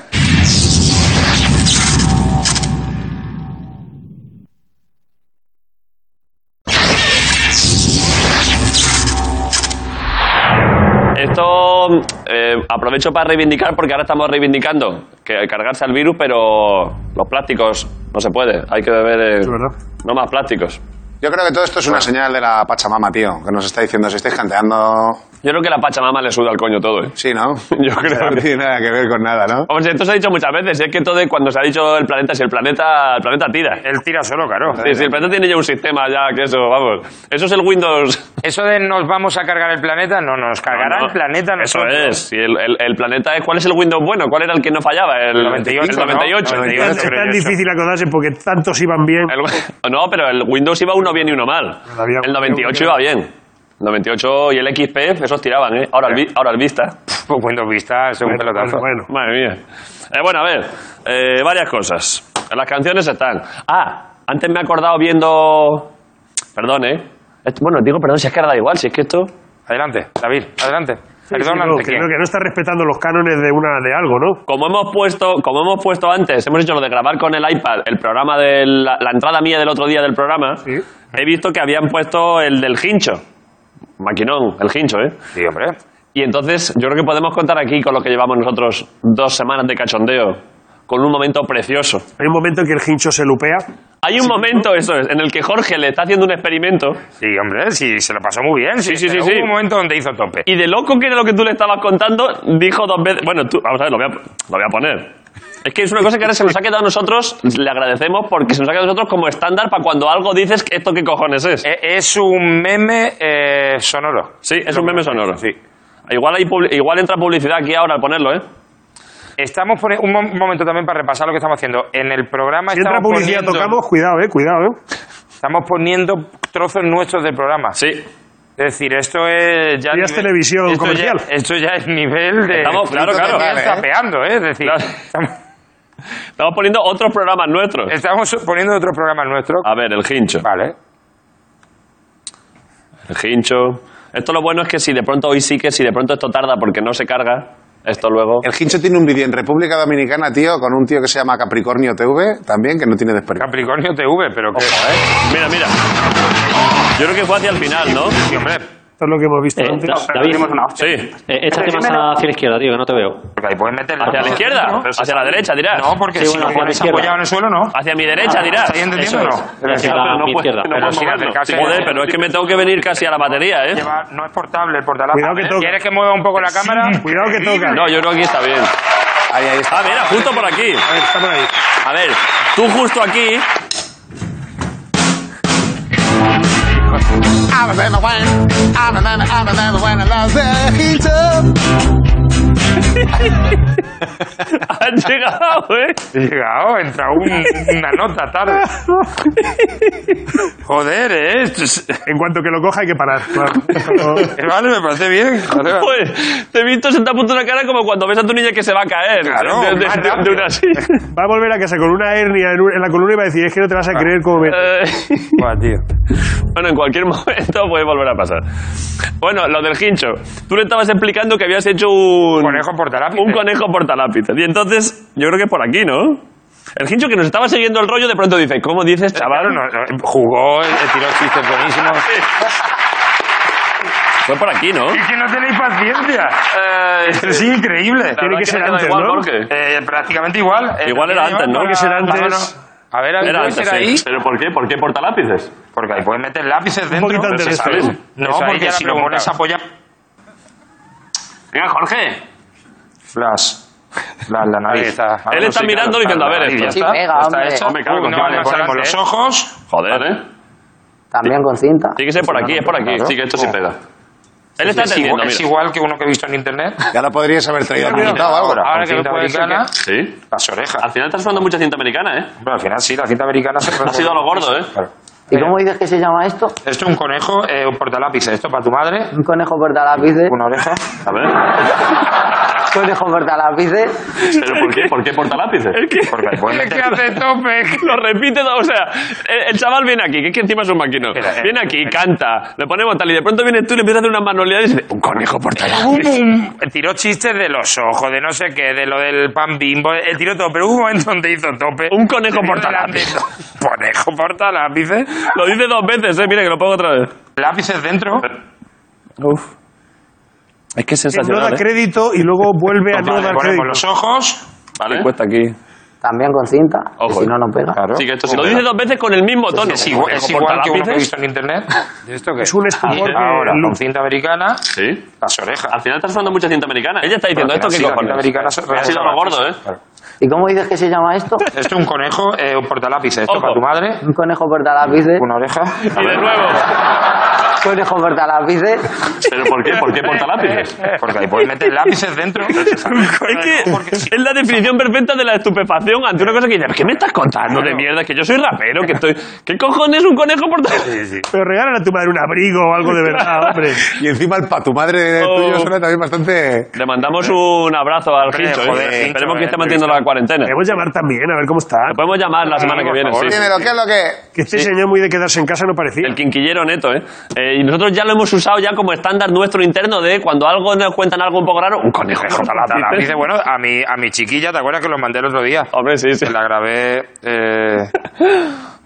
Speaker 1: Esto eh, aprovecho para reivindicar porque ahora estamos reivindicando que cargarse al virus, pero los plásticos no se puede. Hay que beber eh,
Speaker 5: Es verdad.
Speaker 1: no más plásticos.
Speaker 4: Yo creo que todo esto es una señal de la Pachamama, tío, que nos está diciendo, si estáis canteando...
Speaker 1: Yo creo que la Pachamama le suda al coño todo. ¿eh?
Speaker 4: Sí, ¿no?
Speaker 1: Yo creo que- Oh.
Speaker 4: que no tiene nada que ver con nada, ¿no?
Speaker 1: Vamos, esto se ha dicho muchas veces. y Es que todo de cuando se ha dicho el planeta, si el planeta, el planeta tira.
Speaker 3: Él tira solo, claro.
Speaker 1: Sí, sí, el planeta tiene ya un sistema ya que eso, vamos. Eso es el Windows.
Speaker 3: Eso de nos vamos a cargar el planeta, no, nos cargará
Speaker 1: No, no.
Speaker 3: el planeta.
Speaker 1: Eso
Speaker 3: nosotros.
Speaker 1: es. Si el, el- el planeta es. ¿Cuál es el Windows bueno? ¿Cuál era el que no fallaba? El
Speaker 3: 98,
Speaker 1: El 98.
Speaker 3: ¿no?
Speaker 1: el 98.
Speaker 5: Es tan-
Speaker 3: creo
Speaker 5: es tan
Speaker 3: yo, eso.
Speaker 5: difícil acordarse porque tantos iban bien.
Speaker 1: El- no, pero el Windows iba uno bien y uno mal.
Speaker 5: Había-
Speaker 1: El 98 iba bien. El 98 y el XP, esos tiraban, ¿eh? Ahora el, vi- ahora el Vista.
Speaker 3: Pues Windows Vista es un
Speaker 5: Bueno,
Speaker 3: pelotazo.
Speaker 5: bueno, bueno.
Speaker 1: Madre mía. Eh, bueno, a ver, eh, varias cosas. Las canciones están. Ah, antes me he acordado viendo. Perdón, ¿eh? Esto- bueno, digo perdón si es que ahora da igual, si es que esto.
Speaker 3: Adelante, David, adelante. Perdona,
Speaker 5: no,
Speaker 3: ante
Speaker 5: que,
Speaker 3: quién.
Speaker 5: no, que no está respetando los cánones de una de algo, ¿no?
Speaker 1: Como hemos puesto, como hemos puesto antes, hemos hecho lo de grabar con el iPad el programa de la, la entrada mía del otro día del programa, he visto que habían puesto el del hincho. Maquinón, el hincho, ¿eh?
Speaker 3: Sí, hombre.
Speaker 1: Y entonces yo creo que podemos contar aquí con lo que llevamos nosotros dos semanas de cachondeo, con un momento precioso.
Speaker 5: Hay un momento en que el hincho se lupea.
Speaker 1: Hay un momento, eso es, en el que Jorge le está haciendo un experimento
Speaker 3: Sí, hombre, sí, se lo pasó muy bien. Sí,
Speaker 1: sí, sí,
Speaker 3: Hubo
Speaker 1: sí.
Speaker 3: un momento donde hizo tope.
Speaker 1: y de loco que era lo que tú le estabas contando, dijo dos veces... Bueno, tú, vamos a ver, lo voy a, lo voy a poner. Es que es una cosa que ahora se nos ha quedado a nosotros, le agradecemos porque se nos ha quedado a nosotros como estándar para cuando algo dices que esto qué cojones es.
Speaker 3: E- Es un meme eh, sonoro.
Speaker 1: Sí, es un meme sonoro.
Speaker 3: Sí.
Speaker 1: Igual, hay publi- igual entra publicidad aquí ahora al ponerlo, ¿eh?
Speaker 3: Estamos poniendo un mo- momento también para repasar lo que estamos haciendo. En el programa
Speaker 5: Si entra
Speaker 3: estamos,
Speaker 5: publicidad,
Speaker 3: poniendo,
Speaker 5: tocamos, cuidado, eh, cuidado, eh.
Speaker 3: estamos poniendo trozos nuestros del programa.
Speaker 1: Sí.
Speaker 3: Es decir, esto es ya.
Speaker 5: Ya es televisión
Speaker 3: esto
Speaker 5: comercial.
Speaker 3: Ya, esto ya es nivel de.
Speaker 1: Estamos- claro, claro.
Speaker 3: Ya está peando, ¿eh? Es decir,
Speaker 1: Claro.
Speaker 3: estamos,
Speaker 1: Estamos poniendo otros programas nuestros.
Speaker 3: estamos poniendo otro programa nuestro.
Speaker 1: A ver, el hincho.
Speaker 3: Vale.
Speaker 1: El hincho. Esto lo bueno es que si de pronto hoy sí que, si de pronto esto tarda porque no se carga, esto luego...
Speaker 4: El Hincho tiene un vídeo en República Dominicana, tío, con un tío que se llama Capricornio TV, también, que no tiene desperdicio.
Speaker 3: Capricornio TV, pero que.
Speaker 1: Mira, mira. Yo creo que fue hacia el final, ¿no?
Speaker 3: Sí, hombre,
Speaker 5: Esto es lo que hemos visto
Speaker 6: Eh,
Speaker 5: antes.
Speaker 6: Da-
Speaker 7: Pero
Speaker 6: David,
Speaker 7: tenemos una hostia.
Speaker 1: Sí.
Speaker 6: eh, échate más hacia la izquierda, tío, que no te veo.
Speaker 3: porque ahí puedes meterle.
Speaker 1: Hacia la izquierda, hacia la derecha, dirás. pues,
Speaker 3: No, porque
Speaker 6: Sí,
Speaker 3: si
Speaker 6: bueno,
Speaker 3: lo
Speaker 6: hacia la
Speaker 3: pones
Speaker 6: izquierda.
Speaker 3: apoyado en el suelo, no.
Speaker 1: Hacia mi derecha, dirás.
Speaker 3: ¿Estáis entendiendo
Speaker 1: Eso
Speaker 3: o
Speaker 1: es.
Speaker 3: no? Pero
Speaker 6: Hacia
Speaker 3: sí,
Speaker 6: la,
Speaker 1: no
Speaker 6: mi
Speaker 1: puede-
Speaker 6: izquierda.
Speaker 1: no
Speaker 3: Pero
Speaker 1: puedo
Speaker 3: si
Speaker 1: moverlo.
Speaker 3: acercarse-
Speaker 1: Joder, pero es que me tengo que venir casi a la batería, ¿eh?
Speaker 3: lleva- no es portable el portalazo. ¿eh?
Speaker 5: Cuidado que toca.
Speaker 3: ¿Quieres que mueva un poco la cámara?
Speaker 5: Cuidado que toca.
Speaker 1: No, yo creo que aquí está bien.
Speaker 4: Ahí, ahí
Speaker 1: Ah,
Speaker 4: está.
Speaker 1: mira, justo por aquí.
Speaker 5: A ver, está por ahí.
Speaker 1: A ver, tú justo aquí.
Speaker 4: I remember when, I remember, I remember when I lost the Hincho.
Speaker 1: Has llegado, ¿eh?
Speaker 3: He llegado, entra un- una nota tarde. Joder, ¿eh? Esto es-
Speaker 5: En cuanto que lo coja hay que parar. claro.
Speaker 3: Vale, me parece bien. Vale, vale.
Speaker 1: Joder, te he visto sentar punto una cara como cuando ves a tu niña que se va a caer.
Speaker 3: Claro,
Speaker 1: de, de-
Speaker 3: más
Speaker 1: de- de
Speaker 3: rápido.
Speaker 1: una así.
Speaker 5: Va a volver a casa con una hernia en, un- en la columna y va a decir, es que no te vas a creer cómo me...
Speaker 1: Eh,
Speaker 3: Buah, tío.
Speaker 1: Bueno, en cualquier momento puede volver a pasar. Bueno, lo del hincho. Tú le estabas explicando que habías hecho un...
Speaker 3: Conejo portalápice.
Speaker 1: Un conejo portalápices. Y entonces, yo creo que por aquí, ¿no? El hincho que nos estaba siguiendo el rollo de pronto dice, ¿cómo dices,
Speaker 3: Claro,
Speaker 1: chaval?
Speaker 3: no, no, jugó, eh, tiró chistes buenísimos.
Speaker 1: Fue por aquí, ¿no?
Speaker 3: Es que no tenéis paciencia. Esto es increíble.
Speaker 1: La verdad
Speaker 5: que
Speaker 1: es
Speaker 5: ser
Speaker 1: me queda
Speaker 5: antes,
Speaker 1: igual,
Speaker 5: ¿no?
Speaker 1: Jorge.
Speaker 3: Eh, prácticamente igual. Eh,
Speaker 1: Igual era antes, ¿no?
Speaker 3: para-
Speaker 1: Que será
Speaker 3: más o
Speaker 5: antes.
Speaker 3: menos. A ver, ¿habéis puesto
Speaker 1: sí.
Speaker 3: ahí?
Speaker 1: ¿Pero por qué? ¿Por qué portalápices?
Speaker 3: Porque ahí puedes meter lápices dentro.
Speaker 5: poquito antes
Speaker 3: Pero
Speaker 5: de
Speaker 3: se
Speaker 5: esto.
Speaker 3: sabe. No,
Speaker 1: Eso ahí ya
Speaker 3: porque
Speaker 1: la
Speaker 3: si lo pones
Speaker 1: preguntaba.
Speaker 3: apoyado...
Speaker 1: Venga, Jorge.
Speaker 3: Flash. La, la nariz Ah, está.
Speaker 1: Él está mirando diciendo, a ver, esto.
Speaker 3: Ya
Speaker 1: Sí,
Speaker 3: está.
Speaker 8: pega,
Speaker 3: está
Speaker 8: hombre.
Speaker 3: hecho.
Speaker 1: Hombre, claro,
Speaker 3: Uy,
Speaker 1: con
Speaker 3: no,
Speaker 1: cámara
Speaker 3: le
Speaker 1: más
Speaker 3: ponemos
Speaker 1: adelante.
Speaker 3: los ojos.
Speaker 1: Joder, ¿eh?
Speaker 8: También con cinta.
Speaker 1: Tiene que ser por aquí, es por aquí. Sí, que esto sí pega. Él está
Speaker 3: es,
Speaker 1: entendiendo,
Speaker 3: igual, es
Speaker 1: mira.
Speaker 3: igual que uno que he visto en internet.
Speaker 4: Ya la podrías haber traído al invitado o algo.
Speaker 3: Ahora,
Speaker 7: con
Speaker 3: que lo
Speaker 7: cinta
Speaker 3: puedes
Speaker 7: americana.
Speaker 3: sacar,
Speaker 1: Sí.
Speaker 3: las orejas.
Speaker 1: Al final estás usando mucha cinta americana, ¿eh?
Speaker 3: Hombre, al final sí, la cinta americana se
Speaker 1: Ha sido a lo gordo, ¿eh?
Speaker 3: Claro.
Speaker 8: ¿Y cómo dices que se llama esto?
Speaker 3: Esto es un conejo, eh, un portalápices. Esto para tu madre,
Speaker 8: Un conejo portalápices.
Speaker 3: una oreja.
Speaker 1: A ver.
Speaker 8: Un conejo portalápices.
Speaker 1: ¿Pero por qué? ¿Por qué portalápices?
Speaker 3: Porque ahí puedes meter...
Speaker 1: Lo repite, todo, o sea, el, el chaval viene aquí, que es que encima es un maquino.
Speaker 3: Espera, eh.
Speaker 1: Viene aquí, canta, le ponemos tal, y de pronto vienes tú y le empiezas a hacer una manualidad y dice, un conejo portalápices.
Speaker 3: Hubo un- Tiró chistes de los ojos, de no sé qué, de lo del pan bimbo, eh, tiró todo, pero hubo un momento donde hizo tope.
Speaker 1: Un conejo
Speaker 3: Tenía
Speaker 1: portalápices.
Speaker 3: delante- Conejo portalápices.
Speaker 1: Lo dice dos veces, eh, mira que lo pongo otra vez.
Speaker 3: Lápices dentro.
Speaker 1: Uf. Es que es
Speaker 5: Que No
Speaker 1: sensacional,
Speaker 5: da
Speaker 1: ¿eh?
Speaker 5: crédito y luego vuelve a no
Speaker 3: Vale,
Speaker 5: dar
Speaker 3: ponemos
Speaker 5: crédito.
Speaker 3: los ojos.
Speaker 1: ¿Vale?
Speaker 6: Cuesta aquí.
Speaker 8: También con cinta. que
Speaker 1: Ojo.
Speaker 8: si no, no pega.
Speaker 1: Sí, que esto sí. Lo dice dos veces con el mismo tono.
Speaker 3: Es igual, es
Speaker 1: Conejo
Speaker 3: igual que uno que he
Speaker 1: portalápices.
Speaker 3: visto en internet. ¿De esto qué?
Speaker 5: Es un estupor que...
Speaker 3: Ahora, con
Speaker 5: Lu-
Speaker 3: cinta americana,
Speaker 1: Sí.
Speaker 3: las orejas.
Speaker 1: Al final estás usando mucha cinta americana. Ella está diciendo
Speaker 3: Bueno,
Speaker 1: esto
Speaker 3: sí,
Speaker 1: que
Speaker 3: la
Speaker 1: cojones.
Speaker 3: cinta americana se-
Speaker 1: ha sido lo gordo, ¿eh?
Speaker 3: Claro.
Speaker 8: ¿Y cómo dices que se llama esto?
Speaker 3: Esto es un conejo, eh, un portalápices. Esto
Speaker 1: Ojo.
Speaker 3: para tu madre,
Speaker 8: Un conejo portalápices.
Speaker 3: una oreja.
Speaker 1: Y de nuevo.
Speaker 8: Un conejo portalápices.
Speaker 1: ¿Pero por qué? ¿Por qué portalápices?
Speaker 3: Porque ahí puedes meter lápices dentro.
Speaker 1: Es que es la definición perfecta de la estupefacción ante una cosa que dices, ¿qué me estás contando de mierda? Que yo soy rapero, que estoy... ¿Qué cojones un conejo portalápices?
Speaker 5: Pero regálale a tu madre un abrigo o algo de verdad, hombre.
Speaker 4: Y encima el pa' tu madre
Speaker 1: Oh.
Speaker 4: tuyo suena también bastante...
Speaker 1: Le mandamos un abrazo al
Speaker 3: Hombre,
Speaker 1: Hincho, ¿eh?
Speaker 3: joder, Hincho,
Speaker 1: Esperemos que
Speaker 3: eh,
Speaker 1: esté manteniendo la cuarentena.
Speaker 5: Debemos llamar también a ver cómo está.
Speaker 1: Lo podemos llamar la semana que viene, sí.
Speaker 4: Dímelo, ¿qué es lo que...?
Speaker 5: Que este señor muy de quedarse en casa no parecía.
Speaker 1: El quinquillero neto, ¿eh? Eh, Eh, y nosotros ya lo hemos usado ya como estándar nuestro interno de cuando algo nos cuentan algo un poco raro, un conejo.
Speaker 3: Corta la tala. Dice, bueno, a mi, a mi chiquilla, ¿te acuerdas que lo mandé el otro día?
Speaker 1: Hombre, sí, sí.
Speaker 3: Se la grabé. Eh,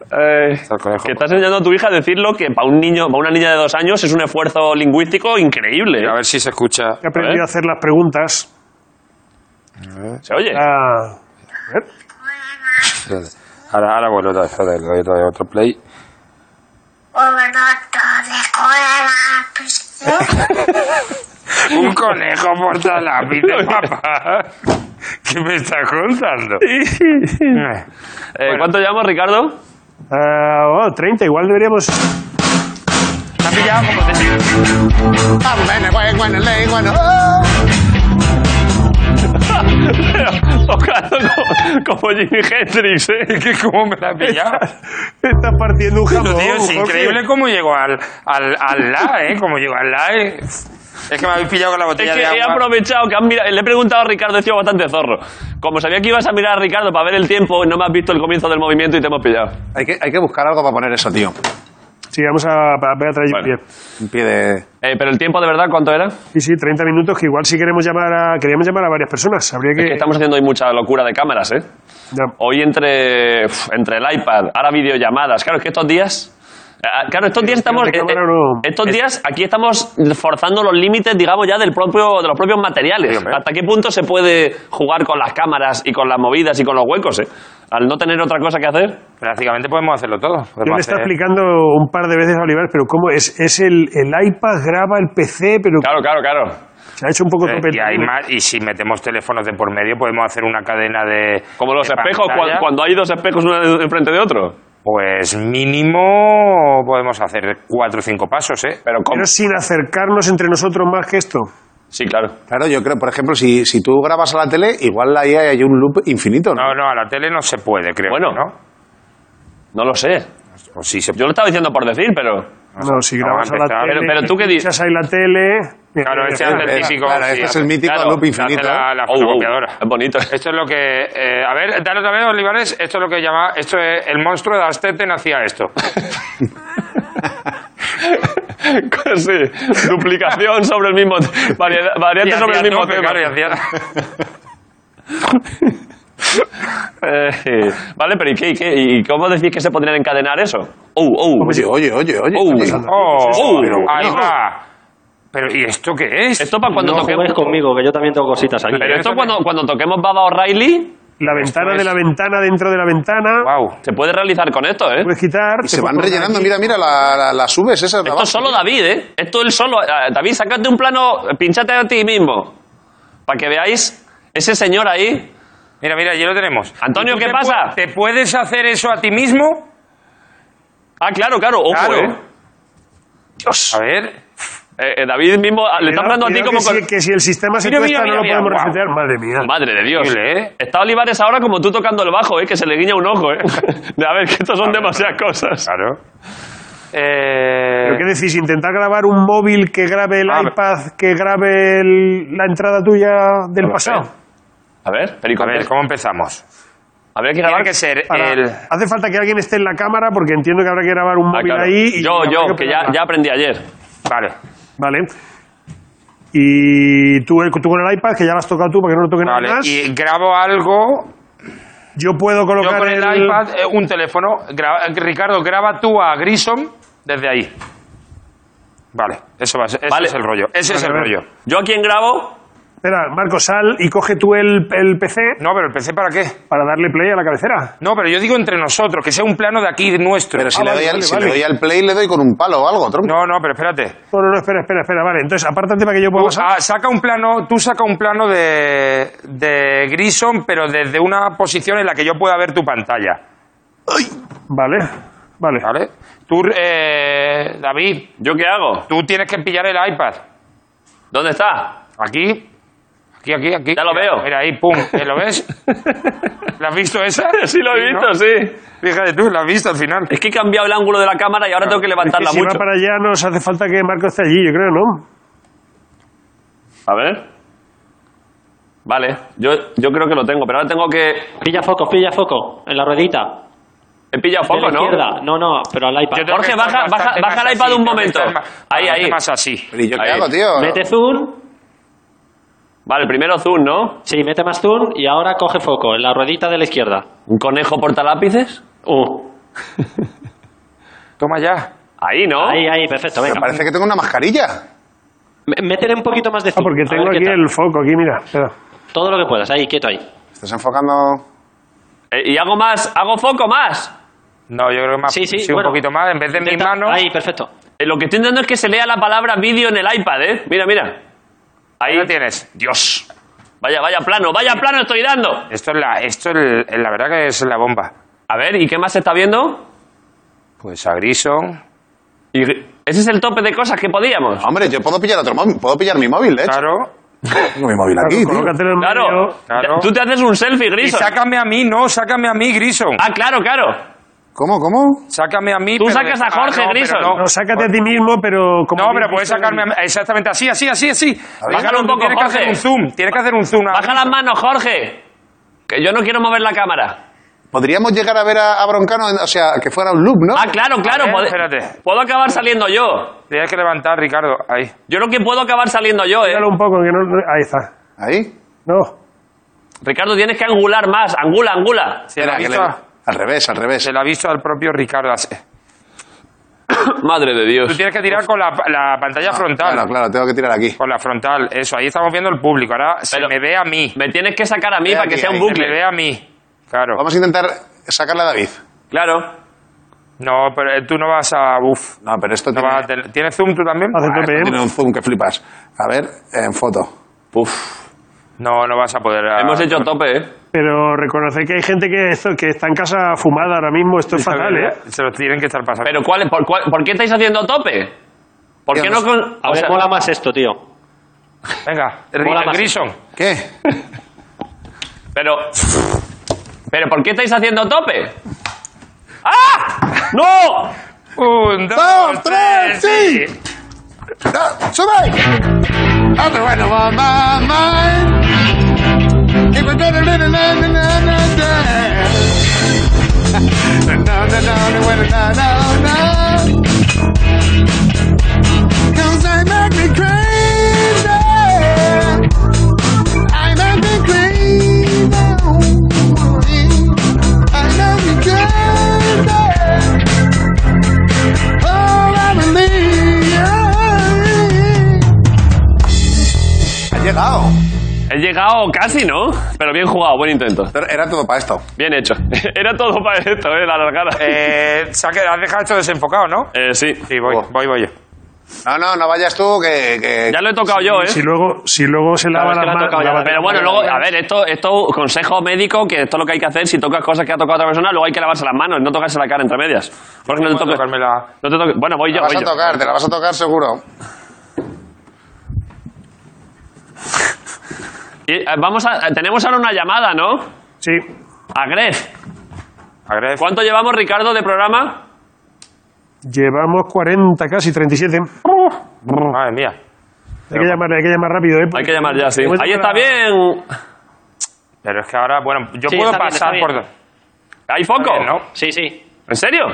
Speaker 1: Eh,
Speaker 3: el conejo.
Speaker 1: que estás enseñando a tu hija a decir lo que para un niño, para una niña de dos años es un esfuerzo lingüístico increíble.
Speaker 3: a
Speaker 1: ¿eh?
Speaker 3: ver si se escucha.
Speaker 5: He aprendido a hacer las preguntas.
Speaker 1: Se oye.
Speaker 5: Ah,
Speaker 3: Espérate. Ahora, ahora vuelvo otra vez, espérate, le doy otra vez otro play. Un conejo porta lápiz de papá. ¿Qué me estás contando? Eh,
Speaker 1: Eh, ¿Cuánto llevamos, Ricardo?
Speaker 5: ah, oh, 30, igual deberíamos.
Speaker 3: ¿Te has pillado como te
Speaker 1: Tocando como, como Jimi Hendrix, ¿eh?
Speaker 3: que cómo me la has pillado?
Speaker 5: Estás partiendo un jamón.
Speaker 3: Tío, es
Speaker 5: Jorge.
Speaker 3: increíble cómo llegó al, al, al la, ¿eh? Cómo llegó al la, ¿eh? Es que me habéis pillado con la
Speaker 1: Es
Speaker 3: botella
Speaker 1: que
Speaker 3: de
Speaker 1: he
Speaker 3: agua.
Speaker 1: aprovechado que han mirado- le he preguntado a Ricardo, he sido bastante zorro. Como sabía que ibas a mirar a Ricardo para ver el tiempo, no me has visto el comienzo del movimiento y te hemos pillado.
Speaker 4: Hay que, hay que buscar algo para poner eso, tío.
Speaker 5: Sí, vamos a, a ver a traer
Speaker 1: Vale.
Speaker 5: pie.
Speaker 4: Un pie de...
Speaker 1: Eh, pero el tiempo de verdad, ¿cuánto era?
Speaker 5: Sí, sí, 30 minutos, que igual si queremos llamar a, queríamos llamar a varias personas. Habría que.
Speaker 1: Es que estamos haciendo hoy mucha locura de cámaras, ¿eh?
Speaker 5: Ya.
Speaker 1: Hoy entre, uf, entre el iPad, ahora videollamadas. Claro, es que estos días. ah, Claro, estos días estamos.
Speaker 5: de
Speaker 1: eh, eh,
Speaker 5: cámara no-
Speaker 1: Estos días aquí estamos forzando los límites, digamos, ya del propio, de los propios materiales. ¿Hasta qué punto se puede jugar con las cámaras y con las movidas y con los huecos, eh? Al no tener otra cosa que hacer.
Speaker 3: Prácticamente podemos hacerlo todo.
Speaker 5: Yo
Speaker 3: Podemos
Speaker 5: le estaba
Speaker 3: hacer-
Speaker 5: explicando un par de veces a Oliver, pero cómo es, es el, el iPad graba el PC, pero
Speaker 1: Claro, claro, claro.
Speaker 5: se ha hecho un poco
Speaker 3: Eh, y,
Speaker 5: tropezón.
Speaker 3: hay más- y si metemos teléfonos de por medio, podemos hacer una cadena de.
Speaker 1: Como los
Speaker 3: de
Speaker 1: espejos, cua-
Speaker 3: pantalla.
Speaker 1: cuando hay dos espejos uno enfrente de otro.
Speaker 3: Pues mínimo podemos hacer cuatro o cinco pasos, ¿eh?
Speaker 1: Pero ¿cómo?
Speaker 5: Pero sin acercarnos entre nosotros más que esto.
Speaker 1: Sí, claro.
Speaker 4: Claro, yo creo, por ejemplo, si, si tú grabas a la tele, igual ahí hay un loop infinito, ¿no?
Speaker 3: No, no, a la tele no se puede, creo.
Speaker 1: Bueno.
Speaker 3: ¿no?
Speaker 1: No lo sé.
Speaker 3: O sí se
Speaker 1: Yo lo estaba diciendo por decir, pero.
Speaker 5: No, si grabas
Speaker 3: vamos a
Speaker 5: a la
Speaker 3: empezar.
Speaker 5: tele.
Speaker 1: Pero- pero tú qué dices.
Speaker 5: pinchas ahí la tele. eh,
Speaker 3: Claro, este es el
Speaker 4: Claro,
Speaker 3: mítico.
Speaker 4: claro,
Speaker 3: sí,
Speaker 4: este es
Speaker 3: hace-
Speaker 4: el mítico
Speaker 1: claro,
Speaker 4: loop infinito.
Speaker 3: hace la,
Speaker 4: ¿eh?
Speaker 3: la
Speaker 1: Oh, wow.
Speaker 3: fotocopiadora.
Speaker 1: Es bonito.
Speaker 3: Esto es lo que. eh, a ver, dale otra vez, Olivares. Esto es lo que llama. Esto es. El monstruo de Asteten hacía esto.
Speaker 1: sí, duplicación sobre el mismo. variedad-
Speaker 3: Y
Speaker 1: Variante
Speaker 3: hacía
Speaker 1: sobre el mismo
Speaker 3: tope,
Speaker 1: tema.
Speaker 3: claro, y hacía-
Speaker 1: Eh, vale, pero ¿y, qué, y, qué? ¿Y cómo decís que se podrían encadenar eso? ¡Oh, oh!
Speaker 4: Oye, Pues oye, oye, oye.
Speaker 1: Oh.
Speaker 4: ¿qué está pasando?
Speaker 3: ¡Oh!
Speaker 1: Oh, pero
Speaker 3: ahí
Speaker 1: bueno.
Speaker 3: va. Pero, ¿y esto qué es?
Speaker 1: Esto para cuando
Speaker 6: No
Speaker 1: toquemos.
Speaker 6: juguéis conmigo, que yo también tengo cositas aquí.
Speaker 1: Pero esto
Speaker 3: Eso
Speaker 1: cuando, cuando toquemos Baba O'Reilly,
Speaker 5: La ventana
Speaker 3: es.
Speaker 5: de la ventana dentro de la ventana.
Speaker 3: ¡Wow!
Speaker 1: se puede realizar con esto, ¿eh?
Speaker 5: Puedes quitar.
Speaker 4: Y
Speaker 5: te
Speaker 4: se van
Speaker 5: puedes poner
Speaker 4: rellenando,
Speaker 5: aquí.
Speaker 4: mira, mira, la- la- las subes esas. de
Speaker 1: Esto
Speaker 4: abajo.
Speaker 1: es solo David, ¿eh? Esto él solo. Eh, David, sacate un plano, pinchate a ti mismo. Para que veáis ese señor ahí.
Speaker 3: Mira, mira, ya lo tenemos.
Speaker 1: Antonio,
Speaker 3: ¿Y tú
Speaker 1: ¿qué
Speaker 3: te
Speaker 1: pasa?
Speaker 3: pu- ¿Te puedes hacer eso a ti mismo?
Speaker 1: Ah, claro, claro, ojo,
Speaker 3: Claro.
Speaker 1: ¿eh?
Speaker 3: A ver.
Speaker 1: Eh, eh, David mismo ah, le está
Speaker 5: Cuidado,
Speaker 1: hablando a ti
Speaker 5: cuidado
Speaker 1: como.
Speaker 5: que,
Speaker 1: con-
Speaker 5: si, que si el sistema se
Speaker 3: Mira, mira,
Speaker 5: cuesta no
Speaker 3: mira,
Speaker 5: lo
Speaker 3: mira,
Speaker 5: podemos
Speaker 3: guau.
Speaker 5: resetear. Madre mía.
Speaker 1: Madre de Dios.
Speaker 3: Increíble, ¿eh?
Speaker 1: Está Olivares ahora como tú tocando el bajo, ¿eh? Que se le guiña un ojo, ¿eh? De a ver, que estos son demasiadas cosas.
Speaker 3: Claro. Eh,
Speaker 5: ¿Pero qué decís? ¿Intentar grabar un móvil que grabe el
Speaker 1: Ah,
Speaker 3: A ver.
Speaker 5: iPad, que grabe el- la entrada tuya del
Speaker 1: No lo sé.
Speaker 5: pasado?
Speaker 1: A ver, pero ¿y
Speaker 3: a
Speaker 1: con
Speaker 3: ver,
Speaker 1: qué?
Speaker 3: ¿cómo empezamos?
Speaker 1: Habría que
Speaker 3: Tiene
Speaker 1: grabar
Speaker 3: que ser
Speaker 5: Para-
Speaker 3: el...
Speaker 5: Hace falta que alguien esté en la cámara porque entiendo que habrá que grabar un
Speaker 1: Ah,
Speaker 5: móvil
Speaker 1: claro.
Speaker 5: ahí. y
Speaker 1: yo,
Speaker 5: habrá
Speaker 1: yo, que ya,
Speaker 5: operarla.
Speaker 1: ya aprendí ayer.
Speaker 3: Vale.
Speaker 5: Vale. Y tú, el- tú con el iPad, que ya lo has tocado tú para que no lo toque nadie
Speaker 3: Vale.
Speaker 5: más.
Speaker 3: Y grabo algo.
Speaker 5: Yo puedo
Speaker 3: Yo
Speaker 5: colocar
Speaker 3: con el iPad, eh, un teléfono. Gra- eh, Ricardo, graba tú a Grissom desde ahí. Vale. Eso va a ser, ese
Speaker 1: Vale.
Speaker 3: es el rollo. Ese es el
Speaker 5: Vale,
Speaker 3: rollo.
Speaker 1: Yo a quien grabo,
Speaker 5: Espera, Marco, sal y coge tú el, el PC
Speaker 3: No, pero el PC para qué?
Speaker 5: para darle play a la cabecera.
Speaker 3: No, pero yo digo entre nosotros, que sea un plano de aquí nuestro.
Speaker 4: Pero si,
Speaker 5: Ah,
Speaker 4: le,
Speaker 5: vale,
Speaker 4: doy al,
Speaker 5: vale,
Speaker 4: si
Speaker 5: vale.
Speaker 4: le doy al play, le doy con un palo o algo, tronco.
Speaker 3: No, no, pero espérate.
Speaker 5: No, no, no, espera, espera, espera. Vale, entonces apártate para que yo pueda
Speaker 3: Tú,
Speaker 5: pasar.
Speaker 3: ah, saca un plano, tú saca un plano de, de Grison, pero desde una posición en la que yo pueda ver tu pantalla. ah.
Speaker 5: Vale, vale.
Speaker 3: ¿Vale? Tú, eh, David,
Speaker 1: ¿yo qué hago?
Speaker 3: tú tienes que pillar el iPad.
Speaker 1: ¿Dónde está?
Speaker 3: Aquí. Aquí, aquí, aquí.
Speaker 1: Ya lo
Speaker 3: Mira,
Speaker 1: veo.
Speaker 3: Mira, ahí, pum. ¿Eh, ¿Lo ves? ¿La has visto esa?
Speaker 1: Sí, lo he visto,
Speaker 3: ¿no?
Speaker 1: sí.
Speaker 3: Fíjate tú, la has visto al final.
Speaker 1: Es que he cambiado el ángulo de la cámara y ahora tengo que
Speaker 5: Que
Speaker 1: levantarla
Speaker 5: si va
Speaker 1: mucho.
Speaker 5: para allá nos hace falta que Marco esté allí, yo creo, ¿no?
Speaker 1: A ver. Vale, yo, yo creo que lo tengo, pero ahora tengo que.
Speaker 6: Pilla foco, pilla foco, en la ruedita.
Speaker 1: He pillado
Speaker 6: De la
Speaker 1: poco, ¿no?
Speaker 6: izquierda. No, no, pero al iPad.
Speaker 3: Yo tengo
Speaker 1: Jorge,
Speaker 3: que estar
Speaker 1: baja- baja-
Speaker 3: bastante
Speaker 1: baja
Speaker 3: más
Speaker 1: el iPad
Speaker 3: así,
Speaker 1: un
Speaker 3: tengo que
Speaker 1: momento.
Speaker 3: estar ma-
Speaker 1: Ahí,
Speaker 3: bastante
Speaker 1: ahí.
Speaker 3: Más así.
Speaker 4: Pero ¿y yo qué
Speaker 1: Ahí.
Speaker 4: hago, tío?
Speaker 6: Mete zoom.
Speaker 1: Vale, primero Zoom, ¿no?
Speaker 6: Sí, mete más zoom y ahora coge foco en la ruedita de la izquierda.
Speaker 1: ¿Un conejo portalápices?
Speaker 6: Uh,
Speaker 3: Toma ya.
Speaker 1: Ahí, ¿no?
Speaker 6: Ahí, ahí, perfecto,
Speaker 4: Me
Speaker 6: venga.
Speaker 4: parece que tengo una mascarilla.
Speaker 6: M- Métele un poquito más de
Speaker 5: Ah,
Speaker 6: zoom.
Speaker 5: porque
Speaker 6: a
Speaker 5: tengo
Speaker 6: ver qué
Speaker 5: aquí
Speaker 6: tal.
Speaker 5: el foco, aquí, mira. espera.
Speaker 6: Todo lo que puedas, ahí, quieto ahí.
Speaker 4: Estás enfocando...
Speaker 1: Eh, y hago más, hago foco más.
Speaker 3: No, yo creo que más.
Speaker 6: Sí, sí,
Speaker 3: un
Speaker 6: bueno.
Speaker 3: poquito más. En vez de mis
Speaker 6: Intenta-
Speaker 3: manos.
Speaker 6: Ahí, perfecto.
Speaker 1: Eh, lo que estoy intentando es que se lea la palabra vídeo en el iPad, ¿eh? Mira, mira.
Speaker 3: Ahí lo tienes.
Speaker 1: Dios. Vaya, vaya plano, vaya plano estoy dando.
Speaker 3: Esto es la, esto es el- la verdad que es la bomba.
Speaker 1: A ver, ¿y qué más se está viendo?
Speaker 3: Pues a Grison.
Speaker 1: Y- ese es el tope de cosas que podíamos.
Speaker 6: Ah,
Speaker 4: Hombre, yo puedo pillar otro móvil. Puedo pillar mi móvil, ¿eh?
Speaker 3: Claro.
Speaker 4: Tengo mi móvil aquí, tío.
Speaker 5: Colócatelo en medio.
Speaker 1: Claro,
Speaker 3: Claro.
Speaker 1: Tú te haces un selfie,
Speaker 3: Y
Speaker 1: Grison.
Speaker 3: sácame a mí, no, sácame a mí, Grison.
Speaker 1: Ah, claro, claro.
Speaker 4: ¿Cómo, cómo?
Speaker 3: Sácame a mí.
Speaker 1: Tú
Speaker 3: pero
Speaker 1: sacas
Speaker 3: de-
Speaker 1: a Jorge,
Speaker 3: pero
Speaker 1: Grison.
Speaker 3: No,
Speaker 5: No, sácate a ti mismo, pero... Como
Speaker 3: No,
Speaker 5: bien
Speaker 3: pero puedes
Speaker 5: dices,
Speaker 3: sacarme a mí- exactamente así, así, así, así.
Speaker 1: Bájalo un poco,
Speaker 3: Tienes que
Speaker 1: Jorge.
Speaker 3: hacer un zoom. Tienes que hacer un zoom.
Speaker 1: Baja las manos, Jorge. Que yo no quiero mover la cámara.
Speaker 4: Podríamos llegar a ver a, a Broncano, en- o sea, que fuera un loop, ¿no?
Speaker 1: Ah, claro, claro.
Speaker 3: ver,
Speaker 1: pod-
Speaker 3: espérate.
Speaker 1: Puedo acabar saliendo yo.
Speaker 3: Tienes que levantar, Ricardo. Ahí.
Speaker 1: Yo lo que puedo acabar saliendo yo, eh.
Speaker 5: Míralo un poco, que no... Ahí está.
Speaker 4: Ahí.
Speaker 5: No.
Speaker 1: Ricardo, tienes que angular más. Angula, angula.
Speaker 3: Se lo ha
Speaker 4: Espera, que
Speaker 3: visto,
Speaker 4: le-
Speaker 3: a-
Speaker 4: Al revés, al revés.
Speaker 3: se lo ha visto al propio Ricardo. Tú
Speaker 1: Madre de Dios.
Speaker 3: tienes que tirar con la, la
Speaker 1: Ah,
Speaker 3: pantalla frontal.
Speaker 4: Claro, claro, tengo que tirar aquí.
Speaker 3: Con la frontal. Eso, ahí estamos viendo el público. Ahora se
Speaker 1: Pero-
Speaker 3: me ve a mí.
Speaker 1: Me tienes que sacar a mí
Speaker 4: Ve
Speaker 1: para que
Speaker 4: aquí,
Speaker 1: sea un
Speaker 4: ahí.
Speaker 3: Se me
Speaker 1: bucle.
Speaker 3: ve a mí. Claro.
Speaker 4: Vamos a intentar sacarle a David.
Speaker 1: Claro.
Speaker 3: No, pero eh, tú no vas a. Uf.
Speaker 4: No, pero esto
Speaker 3: No
Speaker 4: tiene,
Speaker 3: vas a tener- ¿Tienes zoom tú también?
Speaker 5: Hace
Speaker 3: Ah,
Speaker 5: tope, ¿eh?
Speaker 4: tiene un zoom que flipas. A ver, en foto.
Speaker 1: Uf.
Speaker 3: No, no vas a poder. ah,
Speaker 1: Hemos hecho tope, eh.
Speaker 5: Pero reconocer que hay gente que, esto- que está en casa fumada ahora mismo, esto es
Speaker 3: se lo-
Speaker 5: fatal, ¿eh?
Speaker 3: Se lo tienen que estar pasando.
Speaker 1: Pero ¿cuál, es- por, cuál- por qué estáis haciendo tope? ¿Por
Speaker 4: Yo
Speaker 1: qué
Speaker 4: no
Speaker 1: no con.?
Speaker 6: A
Speaker 1: o
Speaker 6: ver,
Speaker 1: sea,
Speaker 6: mola más esto, tío.
Speaker 3: Venga,
Speaker 6: Mola
Speaker 3: Ri-
Speaker 6: más.
Speaker 3: Grison.
Speaker 4: ¿Qué?
Speaker 1: pero. ¿Pero por qué estáis haciendo tope? ¡Ah! ¡No!
Speaker 3: Un, dos,
Speaker 4: ¡Dos,
Speaker 3: tres,
Speaker 4: tres, sí! ¡Ah, ¡Sube! ¡Ah, pero bueno! va, va, va. Keep it down, na, na, na, na, na, na, na. Na, na, na, na, na, na, na. 'Cause I make me crazy. I make me crazy. I make me crazy. Oh, Ha llegado.
Speaker 1: He llegado casi, ¿no? Pero bien jugado, buen intento.
Speaker 4: Pero Era todo para esto.
Speaker 1: Bien hecho. Era todo para esto, ¿eh? La largada.
Speaker 3: Eh, se ha quedado- has dejado esto desenfocado, ¿no?
Speaker 1: Eh, sí.
Speaker 3: Sí, voy,
Speaker 4: Oh.
Speaker 3: voy, voy yo.
Speaker 4: No, no, no vayas tú, que. que-
Speaker 1: Ya lo he tocado yo, ¿eh?
Speaker 5: Si luego, si luego se lava
Speaker 6: es que
Speaker 5: las
Speaker 6: la ha
Speaker 5: manos...
Speaker 6: tocado ya,
Speaker 5: lávate
Speaker 1: Pero
Speaker 5: las
Speaker 1: bueno,
Speaker 5: manos.
Speaker 1: luego, a ver, esto, esto, consejo médico, que esto es lo que hay que hacer. Si tocas cosas que ha tocado otra persona, luego hay que lavarse las manos, no tocarse la cara entre medias. Jorge, no te
Speaker 3: Voy a
Speaker 1: toques.
Speaker 3: tocarme la-
Speaker 1: No te toques. Bueno, voy
Speaker 4: Te
Speaker 1: yo,
Speaker 4: la vas
Speaker 1: voy
Speaker 4: a
Speaker 1: yo.
Speaker 4: tocar, te la vas a tocar seguro.
Speaker 1: Y, eh, vamos a, eh, tenemos ahora una llamada, ¿no?
Speaker 5: Sí.
Speaker 1: A Gref.
Speaker 3: Agref.
Speaker 1: ¿Cuánto llevamos, Ricardo, de programa?
Speaker 5: Llevamos 40 casi, 37.
Speaker 3: Madre mía.
Speaker 5: Hay que llamar, hay que llamar rápido, ¿eh?
Speaker 1: Hay que llamar ya, sí. Ahí está bien.
Speaker 3: Pero es que ahora, bueno, yo
Speaker 6: Sí,
Speaker 3: puedo
Speaker 6: está bien,
Speaker 3: pasar
Speaker 6: está
Speaker 3: por.
Speaker 6: bien.
Speaker 1: ¿Hay foco?
Speaker 3: Está bien, ¿no?
Speaker 6: Sí, sí.
Speaker 1: ¿En serio?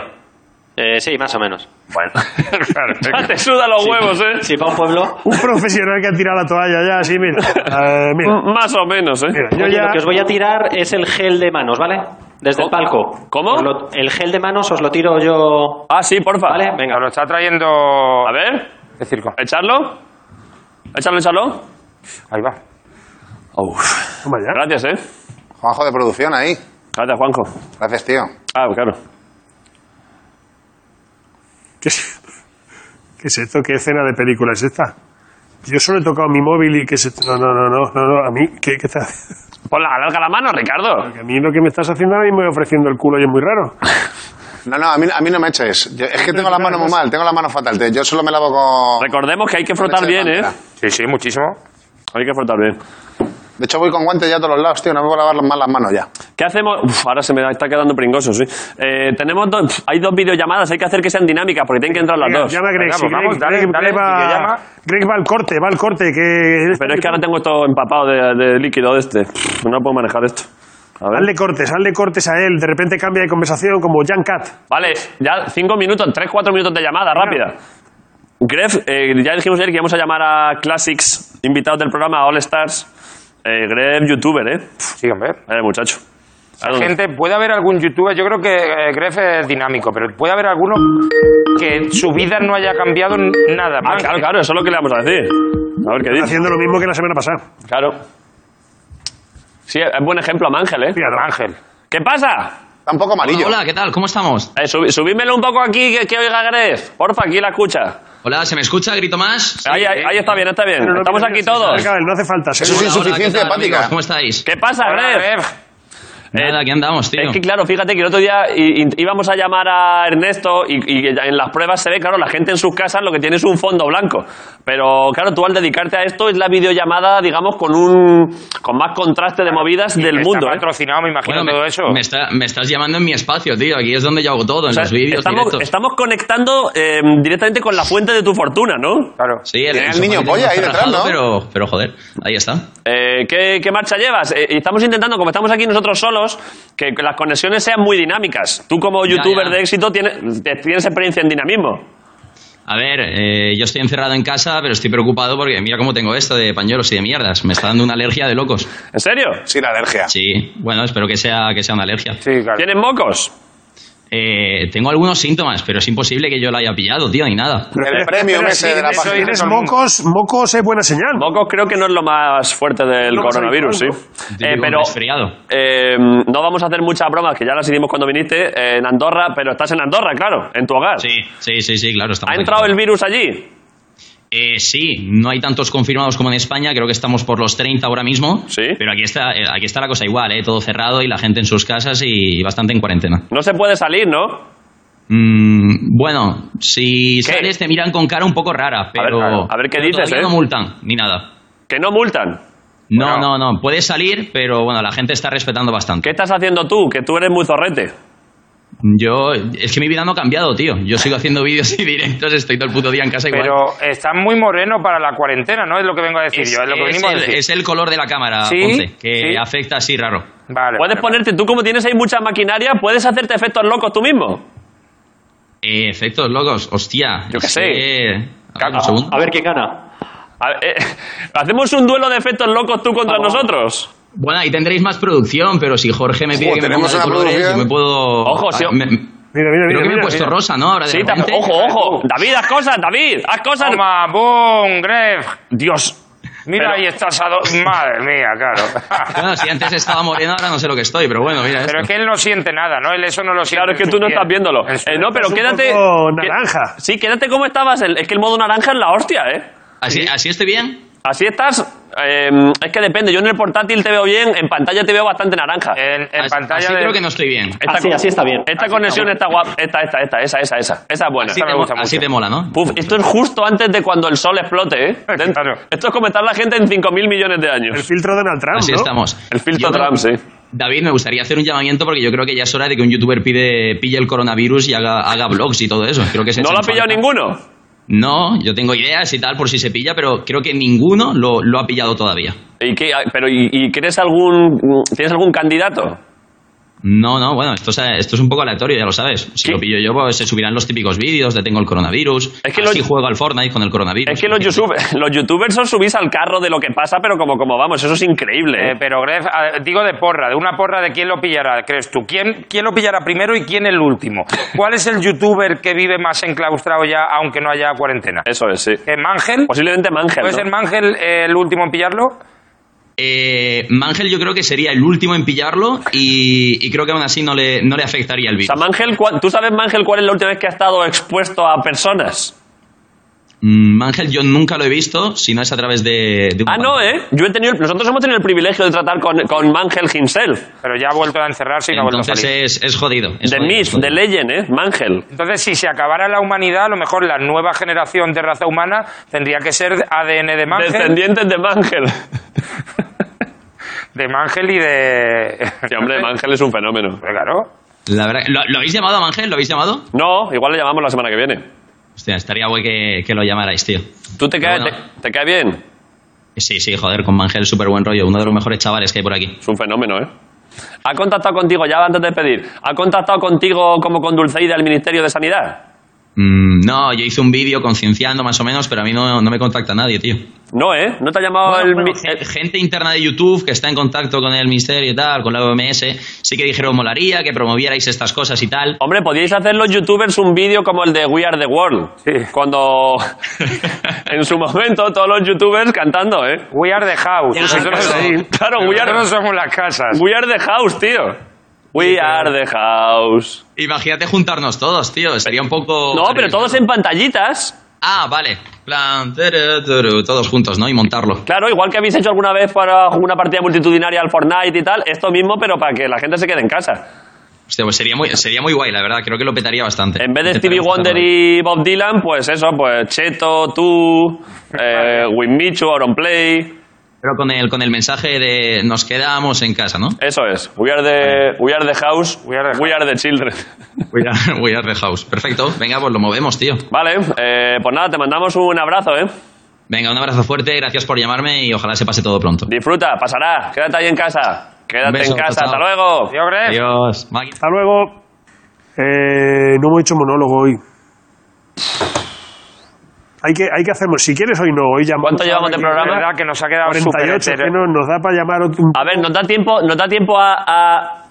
Speaker 6: Eh, sí, más o menos.
Speaker 1: Bueno. Ah, Te suda los huevos, ¿eh?
Speaker 6: Si va a un pueblo.
Speaker 5: Un profesional que ha tirado la toalla ya, sí, mira. Eh, mira,
Speaker 1: M- Más o menos, ¿eh?
Speaker 5: mira, yo
Speaker 6: Oye,
Speaker 5: ya...
Speaker 6: lo que os voy a tirar es el gel de manos, ¿vale? Desde el palco.
Speaker 1: ¿Cómo?
Speaker 6: Os lo- el gel de manos os lo tiro yo.
Speaker 1: Ah, sí, porfa.
Speaker 6: ¿Vale?
Speaker 3: Venga,
Speaker 6: Venga.
Speaker 3: lo está trayendo.
Speaker 1: A ver,
Speaker 3: De circo.
Speaker 1: echarlo. Echarlo, echarlo.
Speaker 3: Ahí va.
Speaker 5: Toma ya.
Speaker 1: Gracias, ¿eh?
Speaker 4: Juanjo de producción ahí.
Speaker 1: Gracias, Juanjo.
Speaker 4: Gracias, tío.
Speaker 1: Ah, claro.
Speaker 5: ¿Qué es, qué es esto? ¿Qué escena de película es esta? Yo solo he tocado mi móvil y que se... No, no, no, no, no, no, a mí... ¿qué, qué está?
Speaker 1: Ponla, alarga la mano, Ricardo.
Speaker 5: Porque a mí lo que me estás haciendo ahora mismo es ofreciendo el culo y es muy raro.
Speaker 4: No, no, a mí, a mí no me eches. Yo- es que tengo la mano muy mal, tengo la mano fatal. te- Yo solo me lavo con.
Speaker 1: Recordemos que hay que frotar
Speaker 4: leche de
Speaker 1: bien, ¿eh?
Speaker 4: manzana.
Speaker 3: Sí, sí, muchísimo.
Speaker 1: Hay que frotar bien.
Speaker 4: De hecho, voy con guantes ya a todos los lados, tío. No me voy a lavar mal las manos ya.
Speaker 1: ¿Qué hacemos? Uf, ahora se me está quedando pringoso, sí. Eh, tenemos dos, pf, hay dos videollamadas, hay que hacer que sean dinámicas porque tienen que entrar las
Speaker 5: Venga,
Speaker 1: dos.
Speaker 5: Llama a Greg,
Speaker 3: Venga,
Speaker 5: sí,
Speaker 3: pues
Speaker 5: Greg,
Speaker 3: vamos, dale,
Speaker 5: Greg-
Speaker 3: dale,
Speaker 5: Greg va,
Speaker 3: videollama.
Speaker 5: Greg va al corte, va al corte. Que este
Speaker 1: Pero es que ahora tengo esto empapado de, de líquido de este. Pff, No puedo manejar esto. A ver.
Speaker 5: Hazle cortes, hazle cortes a él. De repente cambia de conversación como Jan Cat.
Speaker 1: Vale, ya cinco minutos, tres, cuatro minutos de llamada, rápida. Gref, eh, ya dijimos ayer que íbamos a llamar a Classics, invitados del programa, a All Stars. Eh, Gref, youtuber, ¿eh?
Speaker 3: Sí, hombre.
Speaker 1: Vale, muchacho. A ver,
Speaker 3: Gente, puede haber algún youtuber, yo creo que eh, Gref es dinámico, pero puede haber alguno que su vida no haya cambiado n- nada.
Speaker 1: Ah, claro, claro, eso es lo que le vamos a decir. A ver qué dice.
Speaker 5: Haciendo lo mismo que la semana pasada.
Speaker 1: Claro. Sí, es buen ejemplo a Mangel, ¿eh?
Speaker 5: Fíjate.
Speaker 3: Ángel.
Speaker 1: ¿Qué pasa?
Speaker 4: Está un poco amarillo.
Speaker 7: Hola, ¿qué tal? ¿Cómo estamos?
Speaker 1: Eh, sub- subídmelo un poco aquí que, que oiga Gref. Porfa, aquí la escucha.
Speaker 7: Hola, ¿se me escucha? ¿Grito más?
Speaker 1: ahí, ahí- ahí está bien, está bien. Estamos
Speaker 5: No, no,
Speaker 1: aquí
Speaker 5: no,
Speaker 1: todos.
Speaker 5: Cerca de él, No hace falta.
Speaker 4: Eso es
Speaker 7: Hola, hola,
Speaker 4: insuficiencia
Speaker 7: ¿qué tal,
Speaker 4: hepática.
Speaker 7: amigos? ¿Cómo estáis?
Speaker 1: ¿Qué pasa,
Speaker 3: Hola,
Speaker 1: Gref?
Speaker 3: Gref.
Speaker 7: Nada, aquí andamos, tío.
Speaker 1: Es que claro, fíjate que el otro día i- i- íbamos a llamar a Ernesto y, y en las pruebas se ve, claro, la gente en sus casas lo que tiene es un fondo blanco. Pero claro, tú al dedicarte a esto es la videollamada, digamos, con un con más contraste de movidas del
Speaker 3: Está
Speaker 1: mundo. ¿eh?
Speaker 3: patrocinado, me imagino,
Speaker 7: Bueno, me-
Speaker 3: todo eso.
Speaker 7: Me, está- me estás llamando en mi espacio, tío. Aquí es donde yo hago todo, en
Speaker 1: O sea,
Speaker 7: los vídeos,
Speaker 1: estamos,
Speaker 7: directos.
Speaker 1: estamos conectando eh, directamente con la fuente de tu fortuna, ¿no?
Speaker 3: Claro.
Speaker 7: Sí, el,
Speaker 4: Tiene al
Speaker 7: sofá
Speaker 4: niño
Speaker 7: que
Speaker 4: polla
Speaker 7: tengo
Speaker 4: ahí
Speaker 7: está
Speaker 4: detrás,
Speaker 7: rajado,
Speaker 4: ¿no?
Speaker 7: Pero, pero joder, ahí está.
Speaker 1: Eh, ¿qué, qué marcha llevas? Eh, y estamos intentando, como estamos aquí nosotros solos, que las conexiones sean muy dinámicas. Tú como
Speaker 7: Ya,
Speaker 1: youtuber
Speaker 7: ya.
Speaker 1: de éxito tienes, te- tienes experiencia en dinamismo.
Speaker 7: A ver, eh, yo estoy encerrado en casa, pero estoy preocupado porque mira cómo tengo esto de pañuelos y de mierdas. Me está dando una alergia de locos.
Speaker 1: ¿En serio?
Speaker 4: Sí, la alergia.
Speaker 7: Sí, bueno, espero que sea, que sea una alergia.
Speaker 3: Sí, claro.
Speaker 1: ¿Tienes mocos?
Speaker 7: Eh, tengo algunos síntomas, pero es imposible que yo la haya pillado, tío, ni nada.
Speaker 4: El premio
Speaker 3: pero
Speaker 4: ese
Speaker 3: sí,
Speaker 4: de la
Speaker 3: eso
Speaker 4: página.
Speaker 3: es-
Speaker 5: Tienes
Speaker 3: todo el mundo.
Speaker 5: mocos, mocos es buena señal.
Speaker 1: Mocos creo que no es lo más fuerte del
Speaker 5: Lo más
Speaker 1: coronavirus, sí.
Speaker 5: habitual,
Speaker 7: Típico
Speaker 1: Eh, pero
Speaker 7: resfriado.
Speaker 1: eh, no vamos a hacer muchas bromas, que ya las hicimos cuando viniste eh, en Andorra, pero estás en Andorra, claro, en tu hogar.
Speaker 7: Sí, sí, sí, sí, claro. estamos
Speaker 1: ¿Ha
Speaker 7: aquí.
Speaker 1: entrado el virus allí?
Speaker 7: Eh, sí, no hay tantos confirmados como en España, creo que estamos por los 30 ahora mismo.
Speaker 1: Sí.
Speaker 7: Pero aquí está, eh, aquí está la cosa igual, ¿eh? todo cerrado y la gente en sus casas y bastante en cuarentena.
Speaker 1: No se puede salir, ¿no?
Speaker 7: Mm, bueno, si sales te miran con cara un poco rara, pero.
Speaker 1: claro, a ver qué
Speaker 7: pero
Speaker 1: dices,
Speaker 7: todavía
Speaker 1: ¿eh?
Speaker 7: No multan, ni nada.
Speaker 1: Que no multan.
Speaker 7: No, no, no, puedes salir, pero bueno, la gente está respetando bastante.
Speaker 1: ¿Qué estás haciendo tú? Que tú eres muy zorrete.
Speaker 7: Yo, es que mi vida no ha cambiado, tío. Yo sigo haciendo vídeos y directos, estoy todo el puto día en casa igual.
Speaker 3: Pero estás muy moreno para la cuarentena, ¿no? Es lo que vengo a decir yo, es lo que venimos a
Speaker 7: el,
Speaker 3: decir.
Speaker 7: es el color de la cámara,
Speaker 3: Sí,
Speaker 7: Ponce, que
Speaker 3: sí.
Speaker 7: afecta así raro.
Speaker 3: Vale.
Speaker 1: Puedes
Speaker 3: vale,
Speaker 1: ponerte, tú como tienes ahí mucha maquinaria, puedes hacerte efectos locos tú mismo.
Speaker 7: Eh, efectos locos, hostia.
Speaker 1: Yo qué
Speaker 7: es
Speaker 1: sé.
Speaker 7: que- A ver, un segundo.
Speaker 6: A ver quién gana.
Speaker 1: A ver, eh, Hacemos un duelo de efectos locos tú contra nosotros.
Speaker 7: Bueno, ahí tendréis más producción, pero si Jorge me pide
Speaker 4: Ojo,
Speaker 7: que me
Speaker 4: tenemos
Speaker 7: ponga de
Speaker 4: una
Speaker 7: colores,
Speaker 4: producción.
Speaker 7: yo me puedo...
Speaker 1: Ojo, sí,
Speaker 7: Ah,
Speaker 1: o-
Speaker 7: me-
Speaker 5: Mira, mira, mira.
Speaker 7: creo que me he
Speaker 5: mira,
Speaker 7: puesto
Speaker 5: mira.
Speaker 7: rosa, ¿no? Ahora de
Speaker 1: Sí, tam-
Speaker 7: repente.
Speaker 1: ojo, ojo. David, haz cosas, David, haz cosas.
Speaker 3: Toma, boom, Gref.
Speaker 1: Dios.
Speaker 3: Mira,
Speaker 1: Pero-
Speaker 3: ahí estás a dos. Madre mía, claro.
Speaker 7: Bueno, si antes estaba moreno, ahora no sé lo que estoy, pero bueno, mira
Speaker 3: Pero es
Speaker 7: esto.
Speaker 3: que él no siente nada, ¿no? Él eso no lo siente.
Speaker 1: Claro, es que
Speaker 3: en
Speaker 1: tú
Speaker 3: su
Speaker 1: no
Speaker 3: piel.
Speaker 1: estás viéndolo.
Speaker 3: En su-
Speaker 1: Eh, no, pero
Speaker 5: un
Speaker 1: quédate.
Speaker 5: poco
Speaker 1: que-
Speaker 5: naranja.
Speaker 1: Sí, quédate como estabas. El- Es que el modo naranja es la hostia, ¿eh?
Speaker 7: ¿Así, ¿Así estoy bien?
Speaker 1: Así estás. eh, es que depende. Yo en el portátil te veo bien, en pantalla te veo bastante naranja.
Speaker 3: En, en
Speaker 7: Así-
Speaker 3: pantalla
Speaker 7: así
Speaker 3: de-
Speaker 7: creo que no estoy bien.
Speaker 1: Esta
Speaker 6: así-
Speaker 1: con-
Speaker 6: así está bien.
Speaker 1: Esta conexión está, guapa. Esta, esta, esta, esa, esa, esa. Esa es buena.
Speaker 7: Así
Speaker 1: Esa me
Speaker 7: te, mo-
Speaker 1: gusta
Speaker 7: así
Speaker 1: mucho.
Speaker 7: te mola, ¿no?
Speaker 1: Puf, esto es justo antes de cuando el sol explote, ¿eh? Dent-
Speaker 3: Claro.
Speaker 1: Esto es como estar la gente en 5.000 millones de
Speaker 5: El
Speaker 1: años.
Speaker 5: filtro Donald Trump,
Speaker 7: Así
Speaker 5: ¿no?
Speaker 7: estamos.
Speaker 1: El filtro
Speaker 7: Yo creo-
Speaker 1: Trump, sí.
Speaker 7: David, me gustaría hacer un llamamiento porque yo creo que ya es hora de que un youtuber pide, pille el coronavirus y haga, haga blogs y todo eso. Creo que se
Speaker 1: ¿No
Speaker 7: echan
Speaker 1: lo ha pillado
Speaker 7: falta.
Speaker 1: ninguno?
Speaker 7: No, yo tengo ideas y tal por si se pilla, pero creo que ninguno lo, lo ha pillado todavía.
Speaker 1: ¿Y qué, pero, ¿y, y crees algún, tienes algún candidato?
Speaker 7: No, no, bueno, esto es, esto es un poco aleatorio, ya lo sabes. Si
Speaker 1: ¿Qué?
Speaker 7: lo pillo yo, pues se subirán los típicos vídeos de tengo el coronavirus.
Speaker 1: Es que
Speaker 7: así
Speaker 1: los-
Speaker 7: juego al Fortnite con el coronavirus.
Speaker 1: Es que los, YouTube- los youtubers os subís al carro de lo que pasa, pero como, como vamos, eso es increíble.
Speaker 3: Eh,
Speaker 1: ¿eh?
Speaker 3: pero Gref, a- digo de porra, de una porra de quién lo pillará, crees tú. ¿Quién, ¿Quién lo pillará primero y quién el último? ¿Cuál es el youtuber que vive más enclaustrado ya, aunque no haya cuarentena?
Speaker 1: Eso es, Pues sí.
Speaker 3: ¿Eh, ¿Mangel?
Speaker 1: Posiblemente Mangel.
Speaker 3: ¿Puede
Speaker 1: ¿no?
Speaker 3: ser Mangel eh, el último en pillarlo?
Speaker 7: Eh, Mangel yo creo que sería el último en pillarlo y, y creo que aún así no le, no le afectaría el
Speaker 1: O sea,
Speaker 7: virus.
Speaker 1: Mangel, ¿cuál- ¿tú sabes, Mangel, cuál es la última vez que ha estado expuesto a personas?
Speaker 7: Mm, Mangel yo nunca lo he visto, si no es a través de... de un
Speaker 1: Ah, no,
Speaker 7: banco.
Speaker 1: ¿eh? Yo he tenido, nosotros hemos tenido el privilegio de tratar con, con Mangel himself.
Speaker 3: Pero ya ha vuelto a encerrarse y no ha vuelto a
Speaker 7: Entonces
Speaker 1: eh,
Speaker 3: salir.
Speaker 7: es, es jodido. es
Speaker 1: The
Speaker 7: jodido, es
Speaker 1: Myth,
Speaker 7: jodido.
Speaker 1: The Legend, ¿eh? Mangel.
Speaker 3: Entonces, si se acabara la humanidad, a lo mejor la nueva generación de raza humana tendría que ser ADN de Mangel,
Speaker 1: Descendientes de Mangel.
Speaker 3: de Mangel y de...
Speaker 1: Sí, hombre, Mangel es un fenómeno.
Speaker 3: Pero claro.
Speaker 7: La verdad, ¿lo, lo habéis llamado a Mangel? ¿Lo habéis llamado?
Speaker 1: No, igual le llamamos la semana que viene.
Speaker 7: Hostia, estaría guay que, que lo llamarais, tío.
Speaker 1: ¿Tú te caes,
Speaker 7: Pero bueno.
Speaker 1: te, te cae bien?
Speaker 7: Sí, sí, joder, con Mangel súper buen rollo, uno de los mejores chavales que hay por aquí.
Speaker 1: Es un fenómeno, ¿eh? ¿Ha contactado contigo, ya antes de pedir, ¿ha contactado contigo como con Dulceida del Ministerio de Sanidad?
Speaker 7: Mm, no, yo hice un vídeo concienciando más o menos, pero a mí no, no me contacta nadie, tío.
Speaker 1: No, ¿eh? ¿No te ha llamado
Speaker 7: Bueno,
Speaker 1: el,
Speaker 7: bueno,
Speaker 1: mi- eh,
Speaker 7: gen- gente interna de YouTube que está en contacto con el ministerio y tal, con la OMS, sí que dijeron molaría que promovierais estas cosas y tal.
Speaker 1: Hombre, podíais hacer los youtubers un vídeo como el de We Are the World. Cuando. en su momento, todos los youtubers cantando, ¿eh?
Speaker 3: We are the house. Nosotros,
Speaker 1: Claro, we are-
Speaker 3: nosotros somos las casas.
Speaker 1: We Are the House, tío. We Are the House.
Speaker 7: Imagínate juntarnos todos, tío, sería un poco...
Speaker 1: No, pero todos en pantallitas.
Speaker 7: Ah, vale. Plan, turu, turu, todos juntos, ¿no? Y montarlo.
Speaker 1: Claro, igual que habéis hecho alguna vez para una partida multitudinaria al Fortnite y tal, esto mismo, pero para que la gente se quede en casa.
Speaker 7: Hostia, pues sería muy, sería muy guay, la verdad, creo que lo petaría bastante.
Speaker 1: En vez de Stevie
Speaker 7: Intentaremos
Speaker 1: Wonder
Speaker 7: hacerlo.
Speaker 1: y Bob Dylan, pues eso, pues Cheto, tú, eh, Winmichu, Auronplay.
Speaker 7: Pero con el, con el mensaje de nos quedamos en casa, ¿no?
Speaker 1: Eso es. We are the, we are the house,
Speaker 3: We are the
Speaker 1: children.
Speaker 7: We are, we are the house. Perfecto, venga, pues lo movemos, tío.
Speaker 1: Vale, eh, pues nada, te mandamos un abrazo, ¿eh?
Speaker 7: Venga, un abrazo fuerte, gracias por llamarme y ojalá se pase todo pronto.
Speaker 1: Disfruta, pasará. Quédate ahí en casa. Quédate
Speaker 7: Un beso,
Speaker 1: en casa.
Speaker 7: chao,
Speaker 1: Hasta
Speaker 7: chao.
Speaker 1: luego.
Speaker 3: Yo creo.
Speaker 7: Adiós. Maki.
Speaker 5: Hasta luego. Eh, no hemos hecho monólogo hoy. Hay que, hay que hacerlo. Si quieres, hoy no. Hoy llamamos
Speaker 1: ¿Cuánto llevamos de
Speaker 5: aquí
Speaker 1: programa?
Speaker 3: La verdad que nos ha quedado súper
Speaker 5: 48.
Speaker 3: hetero.
Speaker 5: que no- nos da para llamar otro- un-
Speaker 1: A ver, nos da tiempo, nos da tiempo a, a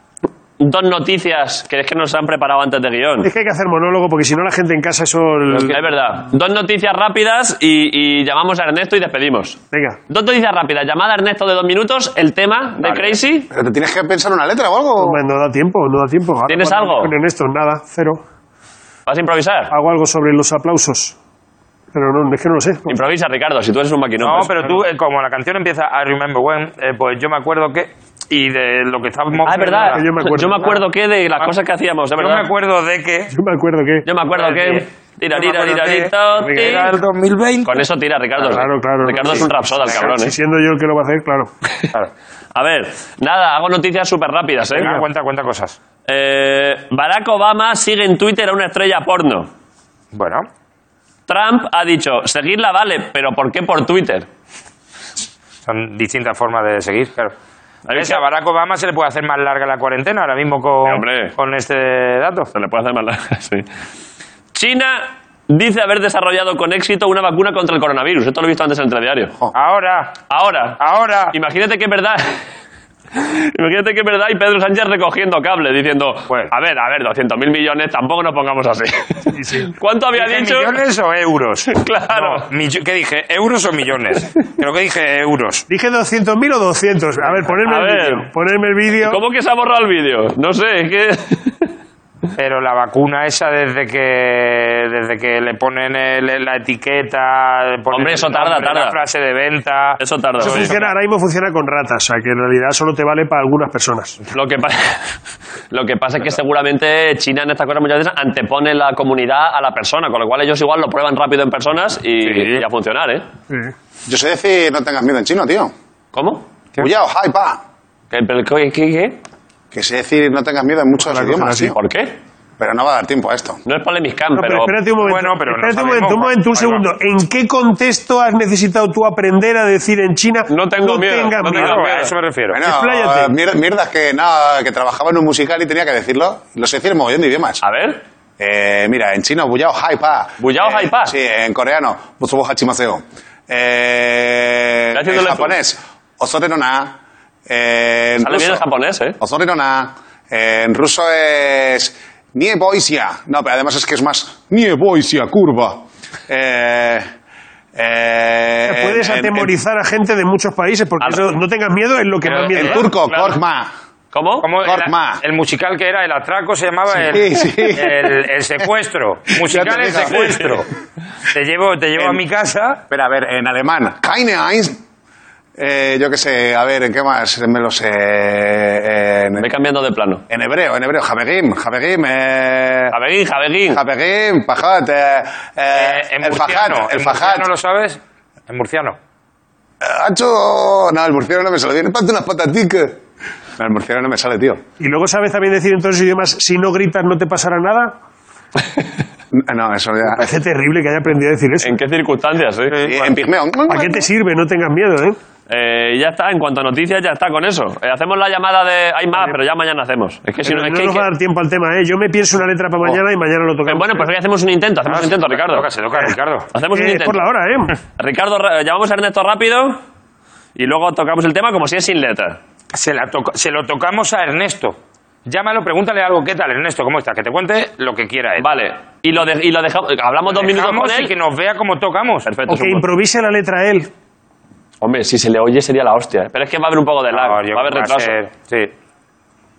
Speaker 1: dos noticias que es que nos han preparado antes de guión.
Speaker 5: Es que hay que hacer monólogo porque si no, la gente en casa eso. el-
Speaker 1: Es verdad. Dos noticias rápidas y, y llamamos a Ernesto y despedimos.
Speaker 5: Venga.
Speaker 1: Dos noticias rápidas. Llamada a Ernesto de dos minutos. El tema de Crazy.
Speaker 4: Pero te tienes que pensar una letra o algo.
Speaker 5: Hombre, No da tiempo, no da tiempo. Ahora
Speaker 1: ¿Tienes
Speaker 5: cuando-
Speaker 1: algo?
Speaker 5: Con Ernesto, nada, cero.
Speaker 1: ¿Vas a improvisar?
Speaker 5: Hago algo sobre los aplausos. Pero no, es que no lo sé.
Speaker 1: Improvisa, Ricardo, si tú eres un maquinón.
Speaker 3: No,
Speaker 1: pues.
Speaker 3: pero tú, eh, como la canción empieza I Remember When, eh, pues yo me acuerdo que... Y de lo que estábamos...
Speaker 1: Ah, es verdad.
Speaker 5: Yo me acuerdo.
Speaker 1: que de las
Speaker 3: Ah.
Speaker 1: cosas que hacíamos, es
Speaker 3: Yo
Speaker 1: verdad.
Speaker 3: me acuerdo de que...
Speaker 5: Yo me acuerdo que.
Speaker 1: Yo me acuerdo que. Tira, tira, tira, tira,
Speaker 3: que Era el
Speaker 1: tira.
Speaker 3: 2020.
Speaker 1: Con eso tira, Ricardo.
Speaker 5: Claro, claro.
Speaker 1: Ricardo
Speaker 5: no,
Speaker 1: es
Speaker 5: sí.
Speaker 1: un rapsoda, el cabrón,
Speaker 5: Si
Speaker 1: ¿eh?
Speaker 5: siendo yo el que lo va a hacer, claro.
Speaker 1: Claro. A ver, nada, hago noticias súper rápidas, ¿eh?
Speaker 3: Venga, cuenta, cuenta cosas.
Speaker 1: Eh, Barack Obama sigue en Twitter a una estrella porno.
Speaker 3: Bueno,
Speaker 1: Trump ha dicho, seguirla vale, pero ¿por qué por Twitter?
Speaker 3: son distintas formas de seguir, claro.
Speaker 1: Ahí
Speaker 3: ¿Ves?
Speaker 1: está.
Speaker 3: A Barack Obama se le puede hacer más larga la cuarentena ahora mismo
Speaker 1: Sí,
Speaker 3: con,
Speaker 1: hombre.
Speaker 3: con este dato.
Speaker 1: Se le puede hacer más larga, sí. China dice haber desarrollado con éxito una vacuna contra el coronavirus. Esto lo he visto antes en el telediario.
Speaker 3: Ahora,
Speaker 5: Ah,
Speaker 1: Ahora,
Speaker 3: ahora.
Speaker 1: imagínate que es verdad. Imagínate que es verdad y Pedro Sánchez recogiendo cable diciendo,
Speaker 5: Pues.
Speaker 3: Bueno.
Speaker 1: a ver, a ver, 200.000 millones, tampoco nos pongamos así. ¿Cuánto había
Speaker 3: ¿Dije
Speaker 1: dicho?
Speaker 3: millones o euros?
Speaker 1: Claro.
Speaker 3: No, millo- ¿Qué dije? ¿Euros o millones? Creo que dije euros.
Speaker 5: Dije 200.000 o 200. A ver, ponerme
Speaker 1: A
Speaker 5: el
Speaker 1: ver.
Speaker 5: vídeo. Ponerme el vídeo.
Speaker 1: ¿Cómo que se ha borrado el vídeo? No sé, es que...
Speaker 3: Pero la vacuna esa desde que desde que le ponen el- la etiqueta, le ponen
Speaker 1: Hombre, eso
Speaker 3: el
Speaker 1: tarda, tarda.
Speaker 3: la frase de venta.
Speaker 1: Eso tarda.
Speaker 5: Eso
Speaker 1: oye.
Speaker 5: funciona, ahora mismo funciona con ratas, o sea que en realidad solo te vale para algunas personas.
Speaker 1: Lo que, pasa, lo que pasa es que seguramente China en estas cosas muchas veces antepone la comunidad a la persona, con lo cual ellos igual lo prueban rápido en personas y, y a funcionar, ¿eh?
Speaker 4: Yo sé decir no tengas miedo en chino, tío.
Speaker 1: ¿Cómo?
Speaker 4: Cuidado, hi, pa.
Speaker 1: ¿Qué, pero qué- qué- qué?
Speaker 4: Que sé decir no tengas miedo en muchos idiomas, tío.
Speaker 1: ¿Por qué?
Speaker 4: Pero no va a dar tiempo a esto.
Speaker 1: No es Polemiscan,
Speaker 5: No, pero,
Speaker 1: pero...
Speaker 5: espérate un momento.
Speaker 3: Bueno, pero no
Speaker 5: espérate un
Speaker 3: sabemos.
Speaker 5: momento, un momento,
Speaker 3: Ahí
Speaker 5: un
Speaker 3: va.
Speaker 5: segundo. ¿En qué contexto has necesitado tú aprender a decir en China?
Speaker 1: No tengo miedo,
Speaker 5: tengas
Speaker 1: no tengo
Speaker 5: miedo"?
Speaker 3: Claro,
Speaker 1: miedo.
Speaker 3: a eso me refiero.
Speaker 4: Bueno,
Speaker 5: Expláyate.
Speaker 4: eh, mier- mierdas que nada, que trabajaba en un musical y tenía que decirlo. Lo sé decir en mogollón de idiomas.
Speaker 1: A ver,
Speaker 4: Eh, mira, en chino, Buyao Hai Pa.
Speaker 1: Buyao
Speaker 4: Eh,
Speaker 1: hai pa.
Speaker 4: Sí, en coreano, Butsubu Hachimaseo. Eh,
Speaker 1: Está
Speaker 4: en
Speaker 1: haciéndole
Speaker 4: japonés, Osore no na. Eh, en
Speaker 1: sale bien el
Speaker 4: ruso,
Speaker 1: japonés, ¿eh?
Speaker 4: Osore no na. Eh, en ruso es Nie boisia. No, pero además es que es más Nie boisia, curva. Eh, eh,
Speaker 5: Que Puedes
Speaker 4: en- en-
Speaker 5: atemorizar a gente de muchos países porque
Speaker 1: Al-
Speaker 5: eso, no tengas miedo es lo que más
Speaker 4: En,
Speaker 5: miedo.
Speaker 4: en
Speaker 5: da.
Speaker 4: turco,
Speaker 1: Claro.
Speaker 4: Korkma.
Speaker 1: ¿Cómo?
Speaker 3: Como el,
Speaker 4: Korkma.
Speaker 3: el musical que era, el atraco se llamaba el,
Speaker 4: sí.
Speaker 3: El, el secuestro.
Speaker 4: Ya
Speaker 3: Musical
Speaker 4: te
Speaker 3: el
Speaker 4: digo.
Speaker 3: secuestro. Te llevo, te llevo a
Speaker 4: En-
Speaker 3: mi casa.
Speaker 4: Espera, a ver, en alemán. Keine Eins. Eh, yo qué sé, a ver, ¿en qué más me lo sé? Eh, en,
Speaker 1: Voy cambiando de plano.
Speaker 4: en hebreo, en hebreo. Javegim, Javegim, eh,
Speaker 1: Jabeguín, Jabeguín.
Speaker 4: Javegim, Pajat, eh, eh,
Speaker 3: Eh, en
Speaker 4: el Fajat,
Speaker 3: murciano.
Speaker 4: el
Speaker 3: ¿En
Speaker 4: Fajat.
Speaker 3: murciano lo sabes? En murciano.
Speaker 4: Eh, Ancho, no, el murciano no me sale bien. Ponte unas pataticas. No, el murciano no me sale, tío.
Speaker 5: Y luego sabes también decir en todos los idiomas, si no gritas no te pasará nada.
Speaker 4: No, eso ya.
Speaker 5: Parece terrible que haya aprendido a decir eso.
Speaker 1: ¿En qué circunstancias? eh?
Speaker 4: Sí, En pigmeo.
Speaker 5: ¿Para qué te sirve? No tengas miedo, ¿eh?
Speaker 1: Eh, ya está, en cuanto a noticias, ya está con eso. Eh, hacemos la llamada de. Hay más, pero ya mañana hacemos. Es que si no,
Speaker 5: Pero
Speaker 1: es
Speaker 5: Eh, no
Speaker 1: que-
Speaker 5: nos va a dar tiempo al tema, ¿eh? Yo me pienso una letra para mañana y mañana lo
Speaker 1: Eh,
Speaker 5: tocamos.
Speaker 1: Bueno, pues hoy hacemos un intento, hacemos un intento, Ricardo.
Speaker 3: Toca, se toca, Ricardo.
Speaker 1: Hacemos un
Speaker 5: Eh, es
Speaker 1: intento.
Speaker 5: por la hora, ¿eh?
Speaker 1: Ricardo, ra- llamamos a Ernesto rápido y luego tocamos el tema como si es sin letra.
Speaker 3: Se, la toca- se lo tocamos a Ernesto. Llámalo, pregúntale algo. ¿Qué tal, Ernesto? ¿Cómo estás? Que te cuente lo que quiera él.
Speaker 1: Vale, y lo, de- y lo dejamos. Hablamos dos minutos
Speaker 3: Dejamos
Speaker 1: con él.
Speaker 3: y que nos vea cómo tocamos.
Speaker 1: Perfecto,
Speaker 5: O que
Speaker 1: supongo.
Speaker 5: improvise la letra él.
Speaker 1: Hombre, si se le oye sería la hostia. eh. Pero es que va a haber un poco de lag,
Speaker 3: Ah, yo
Speaker 1: va a haber
Speaker 3: creo que
Speaker 1: retraso.
Speaker 3: va a ser- sí.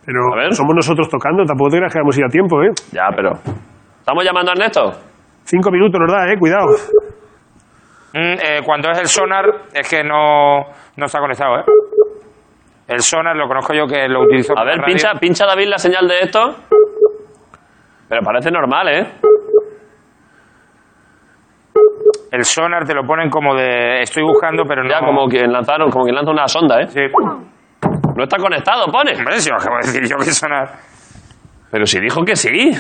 Speaker 5: Pero
Speaker 1: A ver.
Speaker 5: somos nosotros tocando, tampoco te creas que vamos a ir a tiempo, ¿eh?
Speaker 1: Ya, pero. ¿Estamos llamando a Ernesto?
Speaker 5: Cinco minutos nos da, ¿eh? Cuidado.
Speaker 3: Mm, eh, cuando es el sonar, es que no, no está conectado, ¿eh? El sonar lo conozco yo que lo utilizo.
Speaker 1: A
Speaker 3: para
Speaker 1: ver,
Speaker 3: radio.
Speaker 1: pincha, pincha David la señal de esto. Pero parece normal, ¿eh?
Speaker 3: El sonar te lo ponen como de. Estoy buscando, pero no.
Speaker 1: Ya, como quien lanzaron, como quien lanza una sonda, ¿eh?
Speaker 3: Sí.
Speaker 1: No está conectado, pone.
Speaker 3: Hombre, si lo acabo de decir yo que sonar.
Speaker 1: Pero si dijo que sí.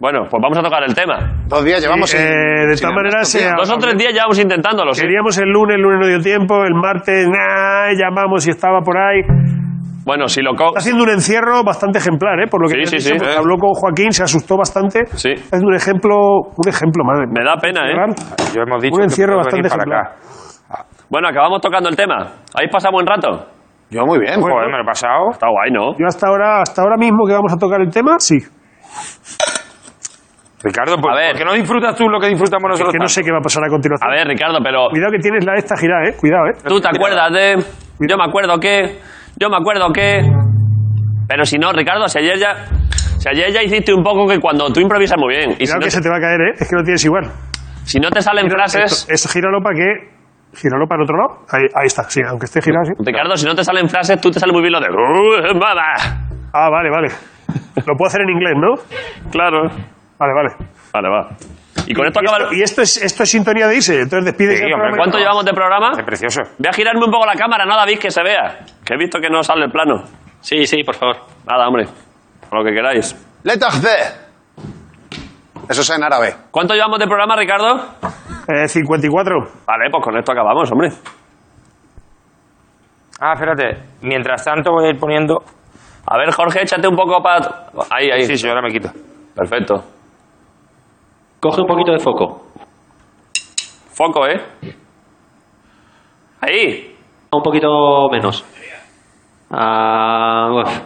Speaker 1: Bueno, pues vamos a tocar el tema.
Speaker 4: Dos días llevamos.
Speaker 5: Eh,
Speaker 4: sin-
Speaker 5: de
Speaker 4: sin
Speaker 5: todas
Speaker 4: Ernesto,
Speaker 5: maneras,
Speaker 4: tío.
Speaker 5: eh,
Speaker 1: Dos o tres días llevamos intentándolo, sí.
Speaker 5: queríamos el lunes, el lunes no dio tiempo, el martes, nah, llamamos y estaba por ahí. Está
Speaker 1: Bueno, si lo co...
Speaker 5: haciendo un encierro bastante ejemplar, ¿eh? Por lo que
Speaker 1: Sí,
Speaker 5: me has
Speaker 1: sí,
Speaker 5: dicho,
Speaker 1: sí.
Speaker 5: porque habló con Joaquín, se asustó bastante.
Speaker 1: Sí.
Speaker 5: Es un ejemplo, un ejemplo, madre
Speaker 1: Me
Speaker 5: mía.
Speaker 1: da pena, ¿eh?
Speaker 3: Yo hemos dicho.
Speaker 5: Un
Speaker 3: que
Speaker 5: encierro
Speaker 3: puedes venir
Speaker 5: bastante
Speaker 3: para acá.
Speaker 1: Bueno, acabamos tocando el tema. ¿Habéis pasado buen rato?
Speaker 4: Yo muy bien.
Speaker 3: Joder, me lo he pasado.
Speaker 1: Está guay, ¿no?
Speaker 5: Yo hasta ahora, hasta ahora mismo que vamos a tocar el tema, sí.
Speaker 3: Ricardo, ¿por,
Speaker 1: A ver.
Speaker 3: por qué no disfrutas tú lo que disfrutamos
Speaker 5: Es
Speaker 3: nosotros?
Speaker 5: que no sé qué va a pasar a
Speaker 1: A
Speaker 5: continuación.
Speaker 1: ver, Ricardo, pero
Speaker 5: Cuidado que tienes la esta girada, ¿eh? Cuidado, ¿eh?
Speaker 1: tú te acuerdas de... Yo me acuerdo que... Yo me acuerdo que... Pero si no, Ricardo, si ayer ya... Si ayer ya hiciste un poco que cuando tú improvisas muy bien. Y si
Speaker 5: Cuidado
Speaker 1: no,
Speaker 5: que
Speaker 1: te,
Speaker 5: se te va a caer, ¿eh? Es que no tienes igual.
Speaker 1: si no te salen frases...
Speaker 5: Esto, esto gíralo para que... Gíralo para el otro lado. Ahí, ahí está, sí, aunque esté girado, sí.
Speaker 1: Ricardo, si no te salen frases, tú te sale muy bien lo de... "Uh, mamá".
Speaker 5: Ah, vale, vale. Lo puedo hacer en inglés, ¿no?
Speaker 1: Claro.
Speaker 5: Vale, vale.
Speaker 1: Vale, va. Y con esto
Speaker 5: Y
Speaker 1: acaba...
Speaker 5: esto, y esto es, esto es sintonía de irse, entonces despides
Speaker 3: Sí,
Speaker 5: el
Speaker 3: hombre,
Speaker 5: programa y-
Speaker 1: ¿Cuánto llevamos de programa?
Speaker 3: Es precioso.
Speaker 1: Voy a girarme un poco la cámara, ¿no, David? Que se vea. Que he visto que no sale el plano.
Speaker 6: Sí, sí, por favor.
Speaker 1: Nada, hombre. Con lo que queráis.
Speaker 4: Letter D. Eso es en árabe.
Speaker 1: ¿Cuánto llevamos de programa, Ricardo?
Speaker 5: Eh, 54.
Speaker 1: Vale, pues con esto acabamos, hombre.
Speaker 3: Ah, espérate. Mientras tanto voy a ir poniendo.
Speaker 1: A ver, Jorge, échate un poco para... Ahí, ahí.
Speaker 3: Sí, sí, ahora me quito.
Speaker 1: Perfecto.
Speaker 6: Coge un poquito de foco.
Speaker 1: Foco, ¿eh? Ahí.
Speaker 6: Un poquito menos. Ah, uf.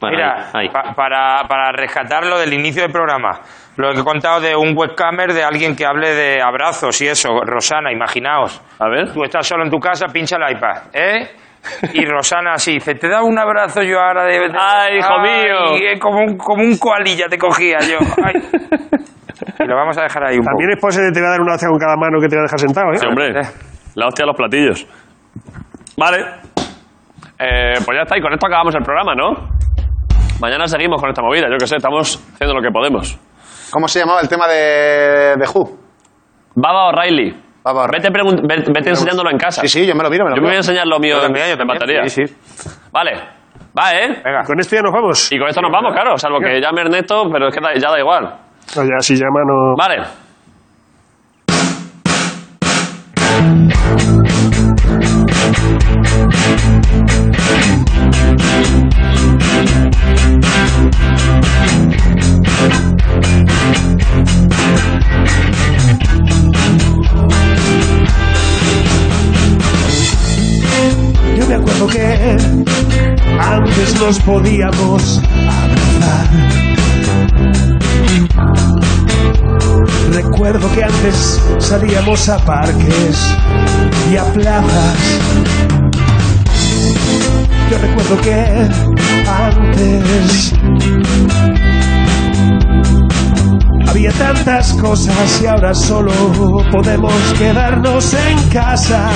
Speaker 6: Bueno,
Speaker 3: Mira,
Speaker 6: ahí. ahí.
Speaker 3: pa- para, para rescatar lo del inicio del programa, lo que he contado de un webcamer, de alguien que hable de abrazos y eso. Rosana, imaginaos.
Speaker 1: A ver.
Speaker 3: Tú estás solo en tu casa, pincha el iPad, ¿eh? Y Rosana así dice, te da un abrazo yo ahora de... de-
Speaker 1: Ay, hijo mío.
Speaker 3: eh, Como un, como un koalilla te cogía yo. Ay. Y lo vamos a dejar ahí un
Speaker 5: También es posible que te va a dar una hostia con cada mano que te va a dejar sentado, ¿eh?
Speaker 1: Sí, hombre. La hostia de los platillos. Vale. Eh, pues ya está, y con esto acabamos el programa, ¿no? Mañana seguimos con esta movida, yo qué sé, estamos haciendo lo que podemos.
Speaker 4: ¿Cómo se llamaba el tema de, de Who?
Speaker 1: Baba O'Reilly.
Speaker 4: Baba O'Reilly.
Speaker 1: Vete, pregun- ve- vete enseñándolo en casa.
Speaker 4: Sí, sí, yo me lo miro, me lo
Speaker 1: Yo me voy a
Speaker 4: miro.
Speaker 1: enseñar lo mío.
Speaker 3: Yo
Speaker 1: en-
Speaker 3: también, yo
Speaker 1: me
Speaker 3: también,
Speaker 1: mataría.
Speaker 3: sí,
Speaker 1: Vale. Va, ¿eh?
Speaker 3: Venga.
Speaker 5: Con esto ya nos vamos.
Speaker 1: Y con esto nos vamos, claro. Salvo que llame Ernesto, pero es que da- ya da igual.
Speaker 5: No, ya, si llama no...
Speaker 1: Vale.
Speaker 2: Yo me acuerdo que antes nos podíamos abrazar. Recuerdo que antes salíamos a parques y a plazas. Yo recuerdo que antes había tantas cosas y ahora solo podemos quedarnos en casa.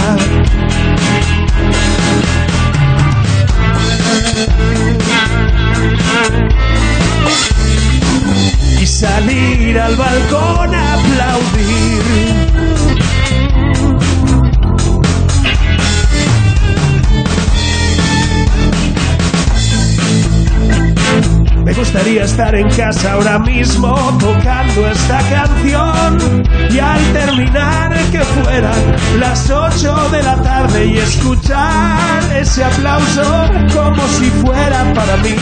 Speaker 2: y salir al balcón a aplaudir. Me
Speaker 5: gustaría estar en casa ahora mismo tocando esta canción y al terminar que fueran las 8 de la tarde y escuchar ese aplauso como si fuera para mí.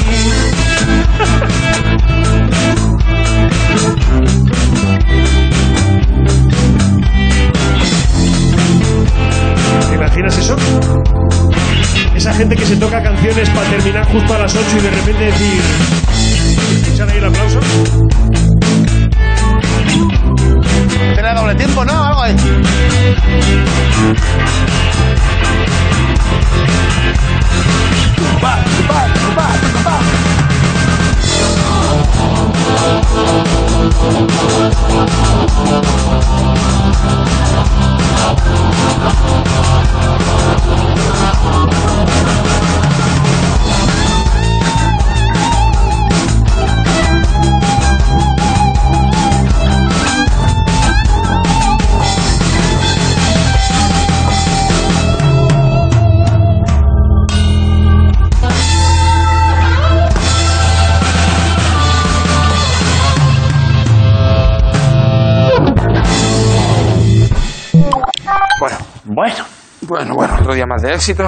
Speaker 9: ¿Te imaginas eso? Esa gente que se toca canciones para terminar justo a las 8 y de repente decir. ¿Escuchar ahí el aplauso?
Speaker 10: Tiene doble tiempo, ¿no? Algo ahí. Va, va, va, va.
Speaker 3: Bueno,
Speaker 11: Bueno,
Speaker 3: bueno, bueno, otro día más de éxito.